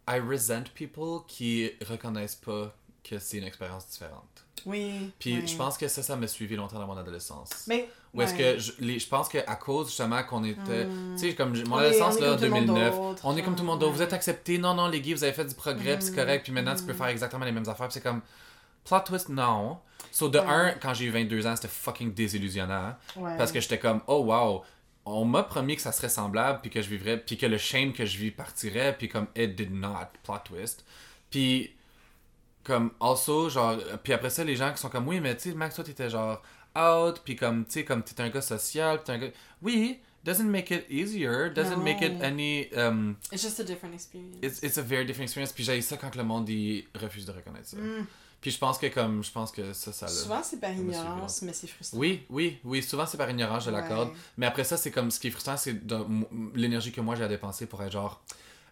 [SPEAKER 2] I resent people qui reconnaissent pas que c'est une expérience différente.
[SPEAKER 1] Oui.
[SPEAKER 2] Puis
[SPEAKER 1] ouais.
[SPEAKER 2] je pense que ça, ça m'a suivi longtemps dans mon adolescence.
[SPEAKER 1] Mais
[SPEAKER 2] Ou est-ce
[SPEAKER 1] ouais.
[SPEAKER 2] que je, les- je pense qu'à cause justement qu'on était.
[SPEAKER 1] Mm.
[SPEAKER 2] Tu sais, comme je- mon
[SPEAKER 1] On est-
[SPEAKER 2] adolescence,
[SPEAKER 1] on est
[SPEAKER 2] là,
[SPEAKER 1] comme tout le monde
[SPEAKER 2] 2009,
[SPEAKER 1] d'autre,
[SPEAKER 2] on est comme tout le monde d'autre.
[SPEAKER 1] ouais. Hmm.
[SPEAKER 2] Vous êtes acceptés. Non, non, les gays, vous avez fait du progrès, puis c'est correct. Puis maintenant, tu peux faire exactement les mêmes affaires. Puis c'est comme. Plot twist, non. So, de
[SPEAKER 1] Ouais.
[SPEAKER 2] un, quand j'ai eu 22 ans, c'était fucking désillusionnant.
[SPEAKER 1] Ouais.
[SPEAKER 2] Parce que j'étais comme, oh wow, on m'a promis que ça serait semblable, puis que je vivrais, puis que le shame que je vis partirait, puis comme, it did not, plot twist. Puis, comme, also, genre, puis après ça, les gens qui sont comme, oui, mais tu sais, Max, toi, t'étais genre out, puis comme, tu sais, comme t'es un gars social, puis t'es un gars. Oui, doesn't make it easier, doesn't make it
[SPEAKER 1] Non.
[SPEAKER 2] any. um,
[SPEAKER 1] it's just a different experience.
[SPEAKER 2] it's, it's a very different experience, puis j'ai ça quand que le monde il refuse de reconnaître ça.
[SPEAKER 1] Mm.
[SPEAKER 2] Puis je pense que, comme, je pense que ça, ça l'a-
[SPEAKER 1] Souvent c'est par
[SPEAKER 2] me suis
[SPEAKER 1] ignorance, mais c'est frustrant.
[SPEAKER 2] oui, oui, oui. Souvent, c'est par ignorance, je
[SPEAKER 1] Ouais.
[SPEAKER 2] l'accorde. Mais après ça, c'est comme ce qui est frustrant, c'est de- m- l'énergie que moi j'ai à dépenser pour être genre.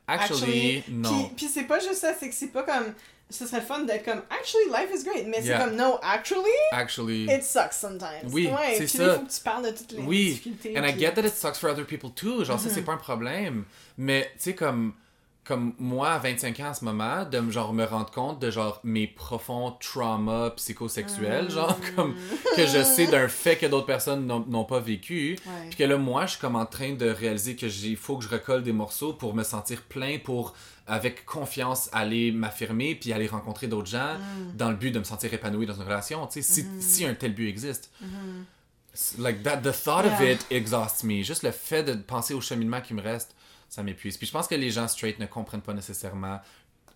[SPEAKER 2] Actually, non.
[SPEAKER 1] Puis, puis c'est pas juste ça, c'est que c'est pas comme ce serait le fun d'être comme actually life is great, mais
[SPEAKER 2] Yeah.
[SPEAKER 1] c'est comme no actually
[SPEAKER 2] Actually.
[SPEAKER 1] It sucks sometimes.
[SPEAKER 2] Oui,
[SPEAKER 1] ouais,
[SPEAKER 2] c'est
[SPEAKER 1] puis
[SPEAKER 2] ça.
[SPEAKER 1] là, Il faut que tu parles de toutes les
[SPEAKER 2] Oui,
[SPEAKER 1] difficultés. Mm-hmm.
[SPEAKER 2] And I
[SPEAKER 1] puis-
[SPEAKER 2] get that it sucks for other people too. Genre, ça, c'est pas un problème. Mais, tu sais, comme. comme moi à 25 ans à ce moment de me genre me rendre compte de genre mes profonds traumas psychosexuels genre
[SPEAKER 1] Mm.
[SPEAKER 2] comme que je sais d'un fait que d'autres personnes n'ont n'ont pas vécu
[SPEAKER 1] Ouais.
[SPEAKER 2] puis que là moi je suis comme en train de réaliser que j'ai faut que je recolle des morceaux pour me sentir plein pour avec confiance aller m'affirmer puis aller rencontrer d'autres gens
[SPEAKER 1] Mm,
[SPEAKER 2] dans le but de me sentir épanoui dans une relation tu sais si,
[SPEAKER 1] Mm-hmm.
[SPEAKER 2] si un tel but existe It's like that the thought of
[SPEAKER 1] Yeah.
[SPEAKER 2] it exhausts me juste le fait de penser au cheminement qui me reste ça m'épuise puis je pense que les gens straight ne comprennent pas nécessairement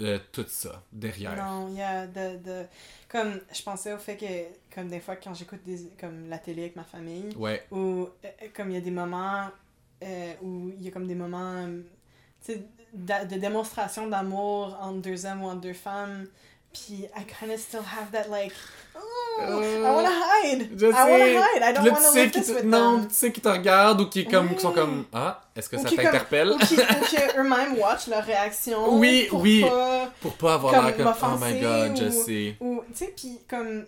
[SPEAKER 2] euh, tout ça derrière
[SPEAKER 1] Non, il y a de, de- Comme, je pensais au fait que, comme des fois, quand j'écoute des... comme la télé avec ma famille,
[SPEAKER 2] ouais
[SPEAKER 1] ou euh, comme il y a des moments euh, où il y a comme des moments euh, tu sais, d'a- de démonstration d'amour entre deux hommes ou entre deux femmes, puis I kind of still have that, like, oh, I
[SPEAKER 2] Euh,
[SPEAKER 1] wanna hide!
[SPEAKER 2] je
[SPEAKER 1] I wanna
[SPEAKER 2] sais.
[SPEAKER 1] hide! I
[SPEAKER 2] Puis
[SPEAKER 1] don't
[SPEAKER 2] là,
[SPEAKER 1] wanna
[SPEAKER 2] tu sais
[SPEAKER 1] live
[SPEAKER 2] qui
[SPEAKER 1] this
[SPEAKER 2] te...
[SPEAKER 1] with
[SPEAKER 2] non
[SPEAKER 1] them.
[SPEAKER 2] tu sais qui te regardent ou qui est comme qui sont
[SPEAKER 1] Ouais.
[SPEAKER 2] comme ah est-ce que
[SPEAKER 1] Ou
[SPEAKER 2] ça
[SPEAKER 1] qui comme-
[SPEAKER 2] t'interpelle
[SPEAKER 1] Ou qui- ou que eux-mêmes watch leur réaction.
[SPEAKER 2] Oui,
[SPEAKER 1] pour
[SPEAKER 2] oui.
[SPEAKER 1] pas-
[SPEAKER 2] pour pas avoir
[SPEAKER 1] comme
[SPEAKER 2] l'air comme oh my
[SPEAKER 1] m'offenser
[SPEAKER 2] god je
[SPEAKER 1] ou-
[SPEAKER 2] sais
[SPEAKER 1] ou, tu sais, puis comme.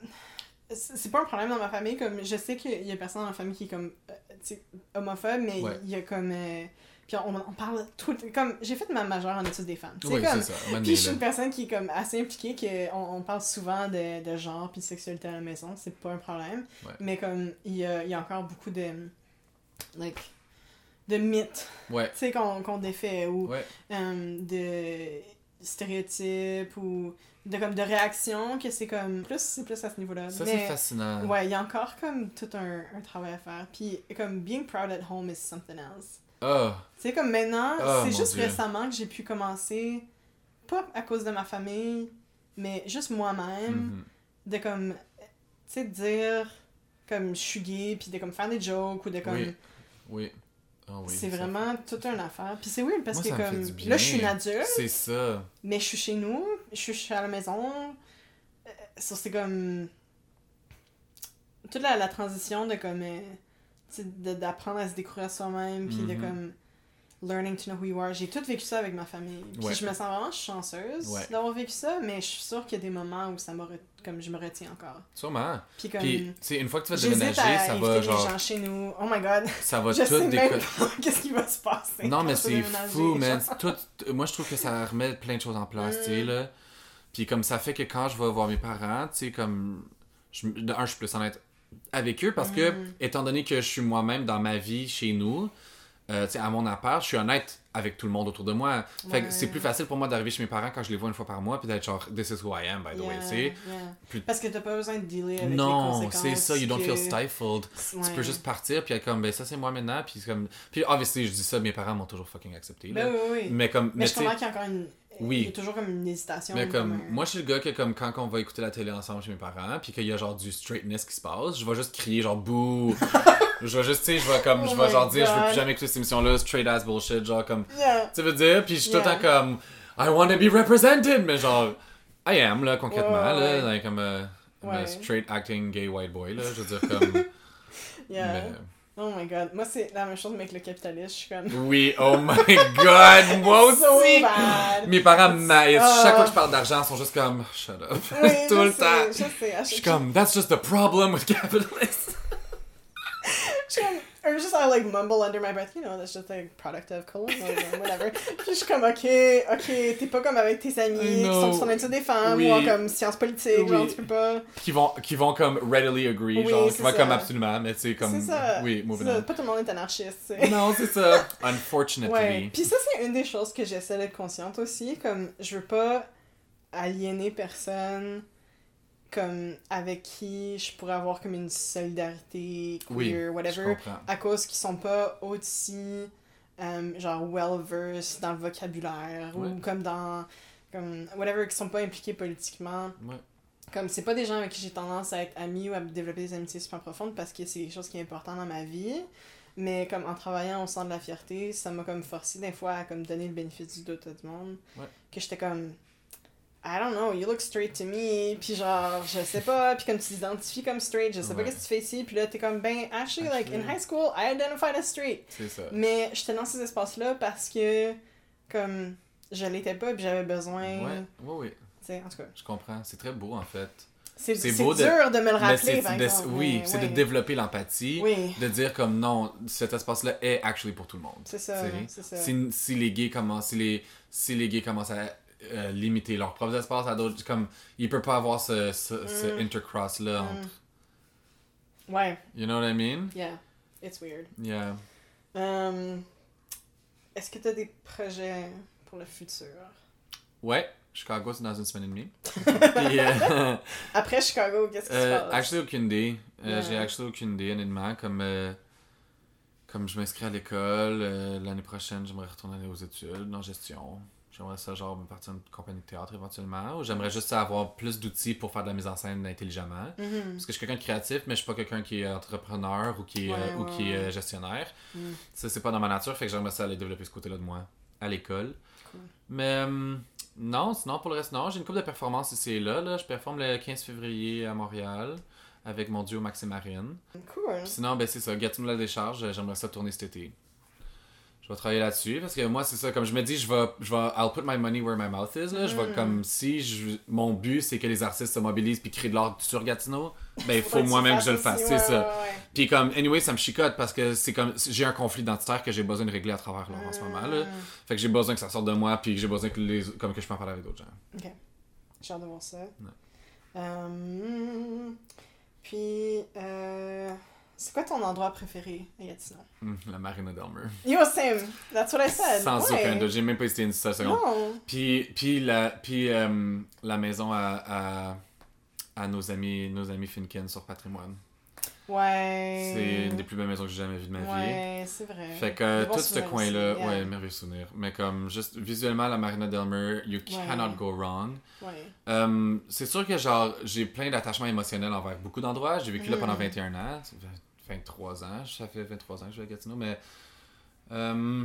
[SPEAKER 1] C'est c'est pas un problème dans ma famille, comme je sais qu'il y a personne dans ma famille qui est comme. euh, tu sais, homophobe, mais
[SPEAKER 2] Ouais.
[SPEAKER 1] il y a comme. euh, puis on, on parle tout. Comme, j'ai fait ma majeure en études des femmes. tu sais,
[SPEAKER 2] oui
[SPEAKER 1] comme,
[SPEAKER 2] c'est ça un moment
[SPEAKER 1] puis je suis
[SPEAKER 2] donné,
[SPEAKER 1] une
[SPEAKER 2] là.
[SPEAKER 1] personne qui est comme assez impliquée, que on, on parle souvent de, de genre puis de sexualité à la maison, c'est pas un problème.
[SPEAKER 2] Ouais.
[SPEAKER 1] Mais comme il y a, il y a encore beaucoup de like, de mythes,
[SPEAKER 2] ouais
[SPEAKER 1] tu sais qu'on qu'on défait ou
[SPEAKER 2] Ouais.
[SPEAKER 1] euh, de stéréotypes ou de comme de réactions que c'est comme plus c'est plus à ce niveau-là.
[SPEAKER 2] ça c'est
[SPEAKER 1] Mais
[SPEAKER 2] fascinant
[SPEAKER 1] ouais, il y a encore comme tout un, un travail à faire. Puis comme being proud at home is something else.
[SPEAKER 2] Ah.
[SPEAKER 1] Tu sais, comme maintenant,
[SPEAKER 2] Ah,
[SPEAKER 1] c'est
[SPEAKER 2] mon
[SPEAKER 1] juste
[SPEAKER 2] Dieu.
[SPEAKER 1] récemment que j'ai pu commencer, pas à cause de ma famille, mais juste moi-même,
[SPEAKER 2] Mhm.
[SPEAKER 1] de comme, tu sais, dire comme je suis gay, puis de comme faire des jokes, ou de comme.
[SPEAKER 2] Oui. oui Ah oui,
[SPEAKER 1] c'est
[SPEAKER 2] ça-
[SPEAKER 1] vraiment toute une affaire. Puis c'est weird parce
[SPEAKER 2] Moi,
[SPEAKER 1] que
[SPEAKER 2] ça me fait
[SPEAKER 1] comme,
[SPEAKER 2] du bien.
[SPEAKER 1] là, je suis une adulte,
[SPEAKER 2] c'est ça
[SPEAKER 1] mais je suis chez nous, je suis à la maison. Euh, Ça, c'est comme. Toute la, la transition de comme. euh, tu sais, de- d'apprendre à se découvrir soi-même, puis de
[SPEAKER 2] Mhm.
[SPEAKER 1] comme. Learning to know who you are. J'ai tout vécu ça avec ma famille. Puis
[SPEAKER 2] Ouais.
[SPEAKER 1] je me sens vraiment chanceuse
[SPEAKER 2] Ouais.
[SPEAKER 1] d'avoir vécu ça, mais je suis sûre qu'il y a des moments où ça me re- comme je me retiens encore.
[SPEAKER 2] sûrement
[SPEAKER 1] Puis comme.
[SPEAKER 2] Puis, tu sais, une fois que tu vas
[SPEAKER 1] J'hésite
[SPEAKER 2] déménager,
[SPEAKER 1] à
[SPEAKER 2] ça
[SPEAKER 1] inviter
[SPEAKER 2] va,
[SPEAKER 1] les
[SPEAKER 2] genre,
[SPEAKER 1] gens chez nous. Oh my god,
[SPEAKER 2] ça
[SPEAKER 1] *laughs*
[SPEAKER 2] va
[SPEAKER 1] je
[SPEAKER 2] tout
[SPEAKER 1] sais même
[SPEAKER 2] décoller.
[SPEAKER 1] pas qu'est-ce qui va se passer.
[SPEAKER 2] Non,
[SPEAKER 1] Ben, quand
[SPEAKER 2] mais
[SPEAKER 1] je vais
[SPEAKER 2] c'est
[SPEAKER 1] déménager,
[SPEAKER 2] fou, man.
[SPEAKER 1] genre.
[SPEAKER 2] Tout, t- moi, je trouve que ça remet plein de choses en place, tu
[SPEAKER 1] Mm.
[SPEAKER 2] sais, là. Puis, comme ça fait que quand je vais voir mes parents, tu sais, comme. Je, de un, je suis plus honnête avec eux parce que,
[SPEAKER 1] Mm.
[SPEAKER 2] étant donné que je suis moi-même dans ma vie chez nous, euh, tu sais, à mon appart, je suis honnête avec tout le monde autour de moi. Fait
[SPEAKER 1] Ouais.
[SPEAKER 2] que c'est plus facile pour moi d'arriver chez mes parents quand je les vois une fois par mois, puis d'être genre, this is who I am, by the way,
[SPEAKER 1] Yeah,
[SPEAKER 2] tu sais.
[SPEAKER 1] yeah.
[SPEAKER 2] Puis-
[SPEAKER 1] Parce que t'as pas besoin de dealer avec les
[SPEAKER 2] Non,
[SPEAKER 1] conséquences.
[SPEAKER 2] c'est ça, you don't feel
[SPEAKER 1] que-
[SPEAKER 2] stifled. Tu peux
[SPEAKER 1] Ouais.
[SPEAKER 2] juste partir, puis être comme, ben ça c'est moi maintenant, puis c'est comme. Puis, obviously, je dis ça, mes parents m'ont toujours fucking accepté. Là.
[SPEAKER 1] Ben oui, oui. Mais,
[SPEAKER 2] Mais comme. Mais,
[SPEAKER 1] je
[SPEAKER 2] tu sais,
[SPEAKER 1] comprends qu'il y a encore une.
[SPEAKER 2] Oui.
[SPEAKER 1] Il y a toujours comme une hésitation.
[SPEAKER 2] mais comme.
[SPEAKER 1] un-
[SPEAKER 2] Moi, je suis le gars que, comme, quand on va écouter la télé ensemble chez mes parents, puis qu'il y a genre du straightness qui se passe, je vais juste crier,
[SPEAKER 1] *laughs*
[SPEAKER 2] genre, bouh. je vais juste, tu sais, je vais comme. Je
[SPEAKER 1] Oh
[SPEAKER 2] vais
[SPEAKER 1] my
[SPEAKER 2] genre dire, je veux
[SPEAKER 1] God.
[SPEAKER 2] plus jamais écouter cette émission-là, straight ass bullshit, genre, comme.
[SPEAKER 1] Yeah.
[SPEAKER 2] Tu veux dire, puis je suis tout le
[SPEAKER 1] Yeah.
[SPEAKER 2] temps comme, I want to be represented, mais genre, I am, là, concrètement,
[SPEAKER 1] Ouais, ouais,
[SPEAKER 2] là,
[SPEAKER 1] ouais.
[SPEAKER 2] like, I'm a, I'm a
[SPEAKER 1] Ouais.
[SPEAKER 2] straight acting gay white boy, là, je veux dire, comme.
[SPEAKER 1] *laughs* Yeah.
[SPEAKER 2] mais-
[SPEAKER 1] Oh my god. Moi, c'est la même chose, mais avec le capitaliste, je suis comme.
[SPEAKER 2] Oui, oh my *laughs* god, moi
[SPEAKER 1] So
[SPEAKER 2] aussi! *laughs*
[SPEAKER 1] bad.
[SPEAKER 2] Mes parents me maïssent.
[SPEAKER 1] Ah.
[SPEAKER 2] Chaque fois que je parle d'argent, ils sont juste comme shut up.
[SPEAKER 1] Oui,
[SPEAKER 2] *laughs* Tout
[SPEAKER 1] je
[SPEAKER 2] le
[SPEAKER 1] sais,
[SPEAKER 2] temps.
[SPEAKER 1] Je sais. à
[SPEAKER 2] Je suis
[SPEAKER 1] chaque-
[SPEAKER 2] comme that's just the problem with capitalism.
[SPEAKER 1] je suis comme- Or just I like mumble under my breath, you know, that's just a product of colonialism,
[SPEAKER 2] *laughs*
[SPEAKER 1] whatever. Puis je suis comme, ok, ok, t'es pas comme avec tes amis
[SPEAKER 2] I
[SPEAKER 1] qui sont
[SPEAKER 2] know.
[SPEAKER 1] sur l'étude des femmes
[SPEAKER 2] Oui.
[SPEAKER 1] ou en comme sciences politiques, genre
[SPEAKER 2] Oui.
[SPEAKER 1] tu peux pas.
[SPEAKER 2] qui vont qui vont comme readily agree,
[SPEAKER 1] Oui,
[SPEAKER 2] genre qui
[SPEAKER 1] c'est
[SPEAKER 2] vont
[SPEAKER 1] ça.
[SPEAKER 2] comme absolument, mais tu sais comme
[SPEAKER 1] c'est ça.
[SPEAKER 2] oui,
[SPEAKER 1] C'est
[SPEAKER 2] moving
[SPEAKER 1] ça,
[SPEAKER 2] on.
[SPEAKER 1] Pas tout le monde est anarchiste, tu sais.
[SPEAKER 2] *laughs* Non, c'est ça. Unfortunately.
[SPEAKER 1] Ouais. Puis ça, c'est une des choses que j'essaie d'être consciente aussi. Comme, je veux pas aliéner personne comme avec qui je pourrais avoir comme une solidarité queer,
[SPEAKER 2] Oui, je
[SPEAKER 1] whatever,
[SPEAKER 2] comprends.
[SPEAKER 1] à cause qu'ils sont pas aussi euh, genre well-versed dans le vocabulaire
[SPEAKER 2] Ouais.
[SPEAKER 1] ou comme dans comme whatever qui sont pas impliqués politiquement
[SPEAKER 2] Ouais.
[SPEAKER 1] comme c'est pas des gens avec qui j'ai tendance à être amie ou à développer des amitiés super profondes parce que c'est quelque chose qui est important dans ma vie mais comme en travaillant au centre de la fierté ça m'a comme forcé des fois à comme donner le bénéfice du doute à tout le monde
[SPEAKER 2] Ouais.
[SPEAKER 1] que j'étais comme I don't know, you look straight to me, puis genre, je sais pas, puis comme tu t'identifies comme straight, je sais pas
[SPEAKER 2] Ouais.
[SPEAKER 1] qu'est-ce que tu fais ici, puis là t'es comme, ben, actually, like, in
[SPEAKER 2] Actually.
[SPEAKER 1] high school, I identified as straight.
[SPEAKER 2] C'est ça.
[SPEAKER 1] Mais j'étais dans ces espaces-là parce que, comme, je l'étais pas, puis j'avais besoin.
[SPEAKER 2] Ouais, ouais, oui,
[SPEAKER 1] Tu sais, en tout cas,
[SPEAKER 2] je comprends. C'est très beau en fait.
[SPEAKER 1] C'est
[SPEAKER 2] C'est
[SPEAKER 1] c'est
[SPEAKER 2] beau
[SPEAKER 1] dur
[SPEAKER 2] de-
[SPEAKER 1] de me le
[SPEAKER 2] Mais c'est-
[SPEAKER 1] rappeler, par
[SPEAKER 2] de-
[SPEAKER 1] exemple.
[SPEAKER 2] oui,
[SPEAKER 1] mais
[SPEAKER 2] c'est
[SPEAKER 1] ouais.
[SPEAKER 2] de développer l'empathie,
[SPEAKER 1] Oui.
[SPEAKER 2] de dire comme non, cet espace-là est actually pour tout le monde.
[SPEAKER 1] C'est ça,
[SPEAKER 2] Tu sais?
[SPEAKER 1] c'est ça.
[SPEAKER 2] Si, si les gays commencent, si les, si les gays commencent à euh, limiter leurs propres espaces à d'autres, comme il peut pas avoir ce, ce,
[SPEAKER 1] Mm.
[SPEAKER 2] intercross là.
[SPEAKER 1] Mm.
[SPEAKER 2] Mm.
[SPEAKER 1] Ouais,
[SPEAKER 2] You know what I mean?
[SPEAKER 1] yeah. It's weird.
[SPEAKER 2] Yeah.
[SPEAKER 1] Euh, Est-ce que t'as des projets pour le
[SPEAKER 2] *laughs*
[SPEAKER 1] futur?
[SPEAKER 2] Ouais, Chicago c'est dans une semaine
[SPEAKER 1] *laughs*
[SPEAKER 2] et demie. Puis, euh,
[SPEAKER 1] Après Chicago, qu'est-ce qui
[SPEAKER 2] Euh,
[SPEAKER 1] se passe?
[SPEAKER 2] actually, aucune idée. Euh,
[SPEAKER 1] Ouais.
[SPEAKER 2] J'ai actually aucune idée, honnêtement. Comme, euh, comme je m'inscris à l'école, euh, l'année prochaine, j'aimerais retourner aller aux études en gestion. J'aimerais ça, genre, me partir une compagnie de théâtre éventuellement. Ou j'aimerais juste avoir plus d'outils pour faire de la mise en scène intelligemment.
[SPEAKER 1] Mhm.
[SPEAKER 2] Parce que je suis quelqu'un de créatif, mais je suis pas quelqu'un qui est entrepreneur ou qui est,
[SPEAKER 1] Ouais,
[SPEAKER 2] euh, ou
[SPEAKER 1] ouais,
[SPEAKER 2] qui est
[SPEAKER 1] ouais.
[SPEAKER 2] euh, gestionnaire.
[SPEAKER 1] Mm.
[SPEAKER 2] Ça, c'est pas dans ma nature, fait que j'aimerais ça aller développer ce côté-là de moi à l'école.
[SPEAKER 1] Cool.
[SPEAKER 2] Mais euh, non, sinon, pour le reste, non. J'ai une coupe de performances ici et là, là. Je performe le 15 février à Montréal avec mon duo Max et Marine.
[SPEAKER 1] Cool.
[SPEAKER 2] Puis sinon, ben c'est ça, Gatineau la décharge, euh, j'aimerais ça tourner cet été. Je vais travailler là-dessus parce que moi, c'est ça, comme je me dis, je vais, je vais, I'll put my money where my mouth is, là. Je vais
[SPEAKER 1] Mm.
[SPEAKER 2] comme si je- mon but, c'est que les artistes se mobilisent puis créent de l'art sur
[SPEAKER 1] *laughs*
[SPEAKER 2] Gatineau, ben il faut
[SPEAKER 1] tu
[SPEAKER 2] moi-même que
[SPEAKER 1] fasses
[SPEAKER 2] je le
[SPEAKER 1] aussi,
[SPEAKER 2] fasse,
[SPEAKER 1] ouais,
[SPEAKER 2] c'est ça.
[SPEAKER 1] ouais, ouais.
[SPEAKER 2] Puis comme, anyway, ça me chicote parce que c'est comme, j'ai un conflit identitaire que j'ai besoin de régler à travers l'art en ce moment, là.
[SPEAKER 1] Mm.
[SPEAKER 2] Fait que j'ai besoin que ça sorte de moi puis que j'ai besoin que les, comme que je peux en parler avec d'autres gens.
[SPEAKER 1] J'ai hâte de voir ça. Euh, puis, euh, c'est quoi ton endroit préféré à Gatineau?
[SPEAKER 2] Hum, la Marina Delmer.
[SPEAKER 1] Yo, Sim! That's what I said!
[SPEAKER 2] Sans
[SPEAKER 1] ouais.
[SPEAKER 2] aucun doute, j'ai même pas hésité une seule seconde.
[SPEAKER 1] Non!
[SPEAKER 2] Puis, puis, la, puis euh, la maison à, à, à nos amis, nos amis Finken sur Patrimoine.
[SPEAKER 1] Ouais.
[SPEAKER 2] C'est une des plus belles maisons que j'ai jamais vues de ma vie.
[SPEAKER 1] Mm. Ouais, c'est vrai.
[SPEAKER 2] Fait que euh,
[SPEAKER 1] Des bons
[SPEAKER 2] tout ce
[SPEAKER 1] souvenirs
[SPEAKER 2] coin-là,
[SPEAKER 1] aussi, yeah.
[SPEAKER 2] ouais, merveilleux souvenir. Mais comme juste visuellement, la Marina Delmer, you
[SPEAKER 1] Ouais.
[SPEAKER 2] cannot go wrong.
[SPEAKER 1] Ouais.
[SPEAKER 2] Euh, c'est sûr que genre j'ai plein d'attachements émotionnels envers beaucoup d'endroits. J'ai vécu là pendant
[SPEAKER 1] Mm.
[SPEAKER 2] 21 ans, ça fait 23 ans, ça fait 23 ans que je vais à Gatineau, mais euh,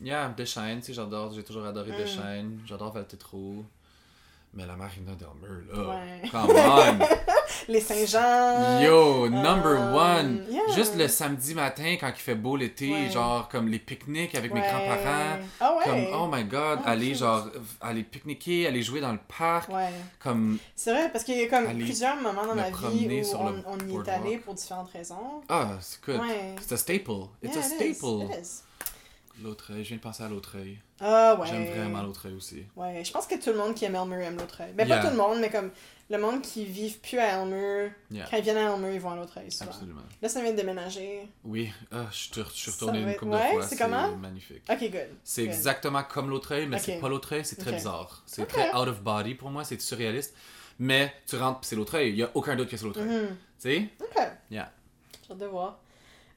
[SPEAKER 2] yeah, Deschaines, tu sais, j'adore, j'ai toujours adoré
[SPEAKER 1] Mm.
[SPEAKER 2] Deschaines, j'adore Valtetro. Mais la Marina Delmer là,
[SPEAKER 1] Ouais.
[SPEAKER 2] come
[SPEAKER 1] Les Saint-Jean! *laughs*
[SPEAKER 2] on, yo, number
[SPEAKER 1] euh,
[SPEAKER 2] one.
[SPEAKER 1] yeah.
[SPEAKER 2] Juste le samedi matin quand il fait beau l'été,
[SPEAKER 1] Ouais.
[SPEAKER 2] genre comme les pique-niques avec mes
[SPEAKER 1] Ouais.
[SPEAKER 2] grands-parents.
[SPEAKER 1] Ah ouais!
[SPEAKER 2] Comme, oh my god,
[SPEAKER 1] Ah,
[SPEAKER 2] aller
[SPEAKER 1] shit.
[SPEAKER 2] genre, aller pique-niquer, aller jouer dans le parc,
[SPEAKER 1] Ouais.
[SPEAKER 2] comme,
[SPEAKER 1] C'est vrai, parce qu'il y a comme
[SPEAKER 2] Aller
[SPEAKER 1] plusieurs moments dans
[SPEAKER 2] me
[SPEAKER 1] ma vie
[SPEAKER 2] promener
[SPEAKER 1] où
[SPEAKER 2] sur
[SPEAKER 1] on,
[SPEAKER 2] le
[SPEAKER 1] on y est
[SPEAKER 2] boardwalk.
[SPEAKER 1] allé pour différentes raisons.
[SPEAKER 2] ah, c'est good.
[SPEAKER 1] Ouais.
[SPEAKER 2] C'est un staple.
[SPEAKER 1] Yeah, it
[SPEAKER 2] It's a
[SPEAKER 1] is.
[SPEAKER 2] staple.
[SPEAKER 1] It is.
[SPEAKER 2] L'autre œil, je viens de penser à l'autre œil.
[SPEAKER 1] Ah ouais.
[SPEAKER 2] J'aime vraiment l'autre œil aussi.
[SPEAKER 1] Ouais, je pense que tout le monde qui aime Elmer aime l'autre œil. Ben,
[SPEAKER 2] Yeah.
[SPEAKER 1] pas tout le monde, mais comme le monde qui vit plus à Elmer,
[SPEAKER 2] Yeah.
[SPEAKER 1] quand ils viennent à Elmer, ils vont à l'autre œil souvent.
[SPEAKER 2] Absolument.
[SPEAKER 1] Là, ça vient de déménager.
[SPEAKER 2] Oui, ah, je, suis re- je suis
[SPEAKER 1] Ça
[SPEAKER 2] retourné
[SPEAKER 1] va
[SPEAKER 2] une
[SPEAKER 1] être-
[SPEAKER 2] couple
[SPEAKER 1] ouais,
[SPEAKER 2] de fois.
[SPEAKER 1] c'est comment?
[SPEAKER 2] magnifique.
[SPEAKER 1] Ok, good.
[SPEAKER 2] C'est
[SPEAKER 1] Good.
[SPEAKER 2] exactement comme l'autre œil, mais
[SPEAKER 1] Ok.
[SPEAKER 2] c'est pas l'autre œil, c'est très
[SPEAKER 1] Ok.
[SPEAKER 2] bizarre. C'est
[SPEAKER 1] Ok.
[SPEAKER 2] très out of body pour moi, c'est surréaliste. Mais tu rentres, pis c'est l'autre œil. Il y a aucun doute que c'est l'autre œil.
[SPEAKER 1] Mhm.
[SPEAKER 2] Tu sais?
[SPEAKER 1] Ok.
[SPEAKER 2] Yeah.
[SPEAKER 1] J'ai hâte de voir.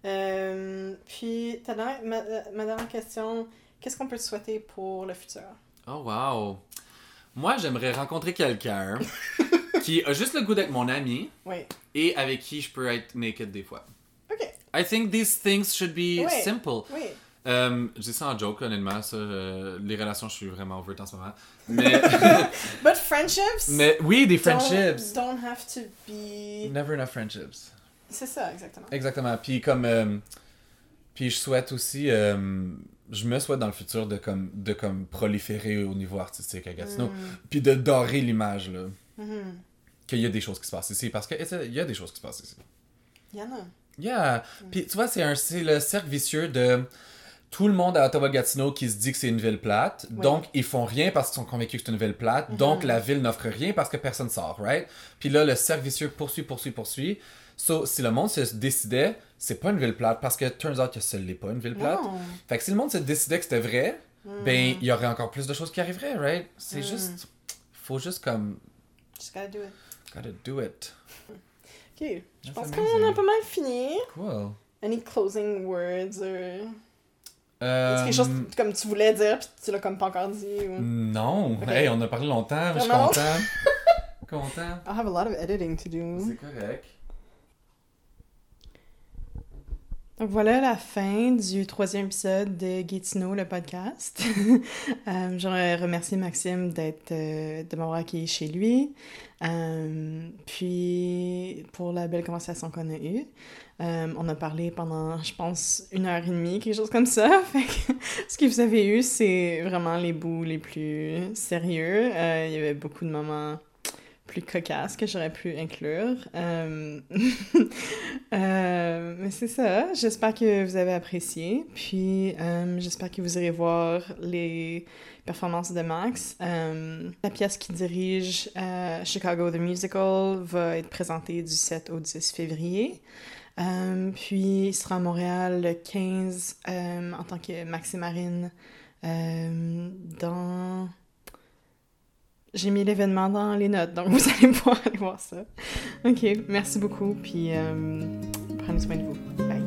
[SPEAKER 1] Euh, puis, ta dernière- ma, euh, ma dernière question, qu'est-ce qu'on peut te souhaiter pour le futur?
[SPEAKER 2] Oh wow. Moi, j'aimerais
[SPEAKER 1] *laughs*
[SPEAKER 2] rencontrer quelqu'un qui a juste le goût d'être mon ami
[SPEAKER 1] Oui.
[SPEAKER 2] et avec qui je peux être naked des fois.
[SPEAKER 1] Ok.
[SPEAKER 2] I think these things should be
[SPEAKER 1] Ouais.
[SPEAKER 2] simple.
[SPEAKER 1] Oui.
[SPEAKER 2] Euh, j'ai ça en joke, honnêtement. Ça, euh, les relations, je suis vraiment over en ce moment. Mais, *laughs*
[SPEAKER 1] But friendships?
[SPEAKER 2] mais oui, des
[SPEAKER 1] don't-
[SPEAKER 2] friendships.
[SPEAKER 1] Don't, have to be.
[SPEAKER 2] Never enough friendships.
[SPEAKER 1] C'est ça, exactement.
[SPEAKER 2] Exactement. Puis comme, euh, puis je souhaite aussi, euh, je me souhaite dans le futur de comme, de comme proliférer au niveau artistique à
[SPEAKER 1] Mm.
[SPEAKER 2] Gatineau, puis de dorer l'image là,
[SPEAKER 1] Mhm.
[SPEAKER 2] qu'il y a des choses qui se passent ici, parce que et ça, il y a des choses qui se passent ici.
[SPEAKER 1] Il y en a.
[SPEAKER 2] Yeah.
[SPEAKER 1] Mm.
[SPEAKER 2] Puis tu vois, c'est un c'est le cercle vicieux de tout le monde à Ottawa-Gatineau qui se dit que c'est une ville plate.
[SPEAKER 1] Ouais. Mm-hmm.
[SPEAKER 2] Donc, ils font rien parce qu'ils sont convaincus que c'est une ville plate. Donc, la ville n'offre rien parce que personne sort, right? Puis là, le cercle vicieux poursuit, poursuit, poursuit. So, si le monde se décidait, c'est pas une ville plate parce que turns out que ce n'est pas une ville plate.
[SPEAKER 1] Non.
[SPEAKER 2] Fait que si le monde se décidait que c'était vrai, ben, il y aurait encore plus de choses qui arriveraient, right? C'est
[SPEAKER 1] Mm.
[SPEAKER 2] juste. Faut juste comme.
[SPEAKER 1] Just gotta do it.
[SPEAKER 2] Gotta do it.
[SPEAKER 1] Ok. Je
[SPEAKER 2] That's
[SPEAKER 1] pense
[SPEAKER 2] amazing.
[SPEAKER 1] qu'on a pas mal fini.
[SPEAKER 2] Cool.
[SPEAKER 1] Any closing words or...
[SPEAKER 2] Euh,
[SPEAKER 1] Est-ce quelque chose
[SPEAKER 2] Um,
[SPEAKER 1] que- comme tu voulais dire puis tu l'as comme pas encore dit
[SPEAKER 2] Mm.
[SPEAKER 1] ou...
[SPEAKER 2] Non,
[SPEAKER 1] Ok.
[SPEAKER 2] hey, on a parlé longtemps, mais je suis
[SPEAKER 1] Vraiment? *laughs*
[SPEAKER 2] content. content.
[SPEAKER 1] I have a lot of editing to do.
[SPEAKER 2] C'est correct.
[SPEAKER 1] Donc voilà la fin du troisième épisode de Gatineau, le podcast. *laughs* Euh, J'aimerais remercier Maxime d'être euh, de m'avoir accueilli chez lui. Euh, puis pour la belle conversation qu'on a eue. Euh, on a parlé pendant, je pense, une heure et demie, quelque chose comme ça. *laughs* Fait que ce que vous avez eu, c'est vraiment les bouts les plus sérieux. Euh, il y avait beaucoup de moments plus cocasses que j'aurais pu inclure. Euh, *laughs* euh, mais c'est ça. J'espère que vous avez apprécié. Puis euh, j'espère que vous irez voir les performances de Max. Euh, la pièce qui dirige euh, Chicago the Musical va être présentée du 7 au 10 février. Euh, puis il sera à Montréal le 15 en tant que Maxi Marine euh, dans j'ai mis l'événement dans les notes, donc vous allez *laughs* pouvoir aller voir ça. Ok, merci beaucoup, puis euh, prenez soin de vous. Bye.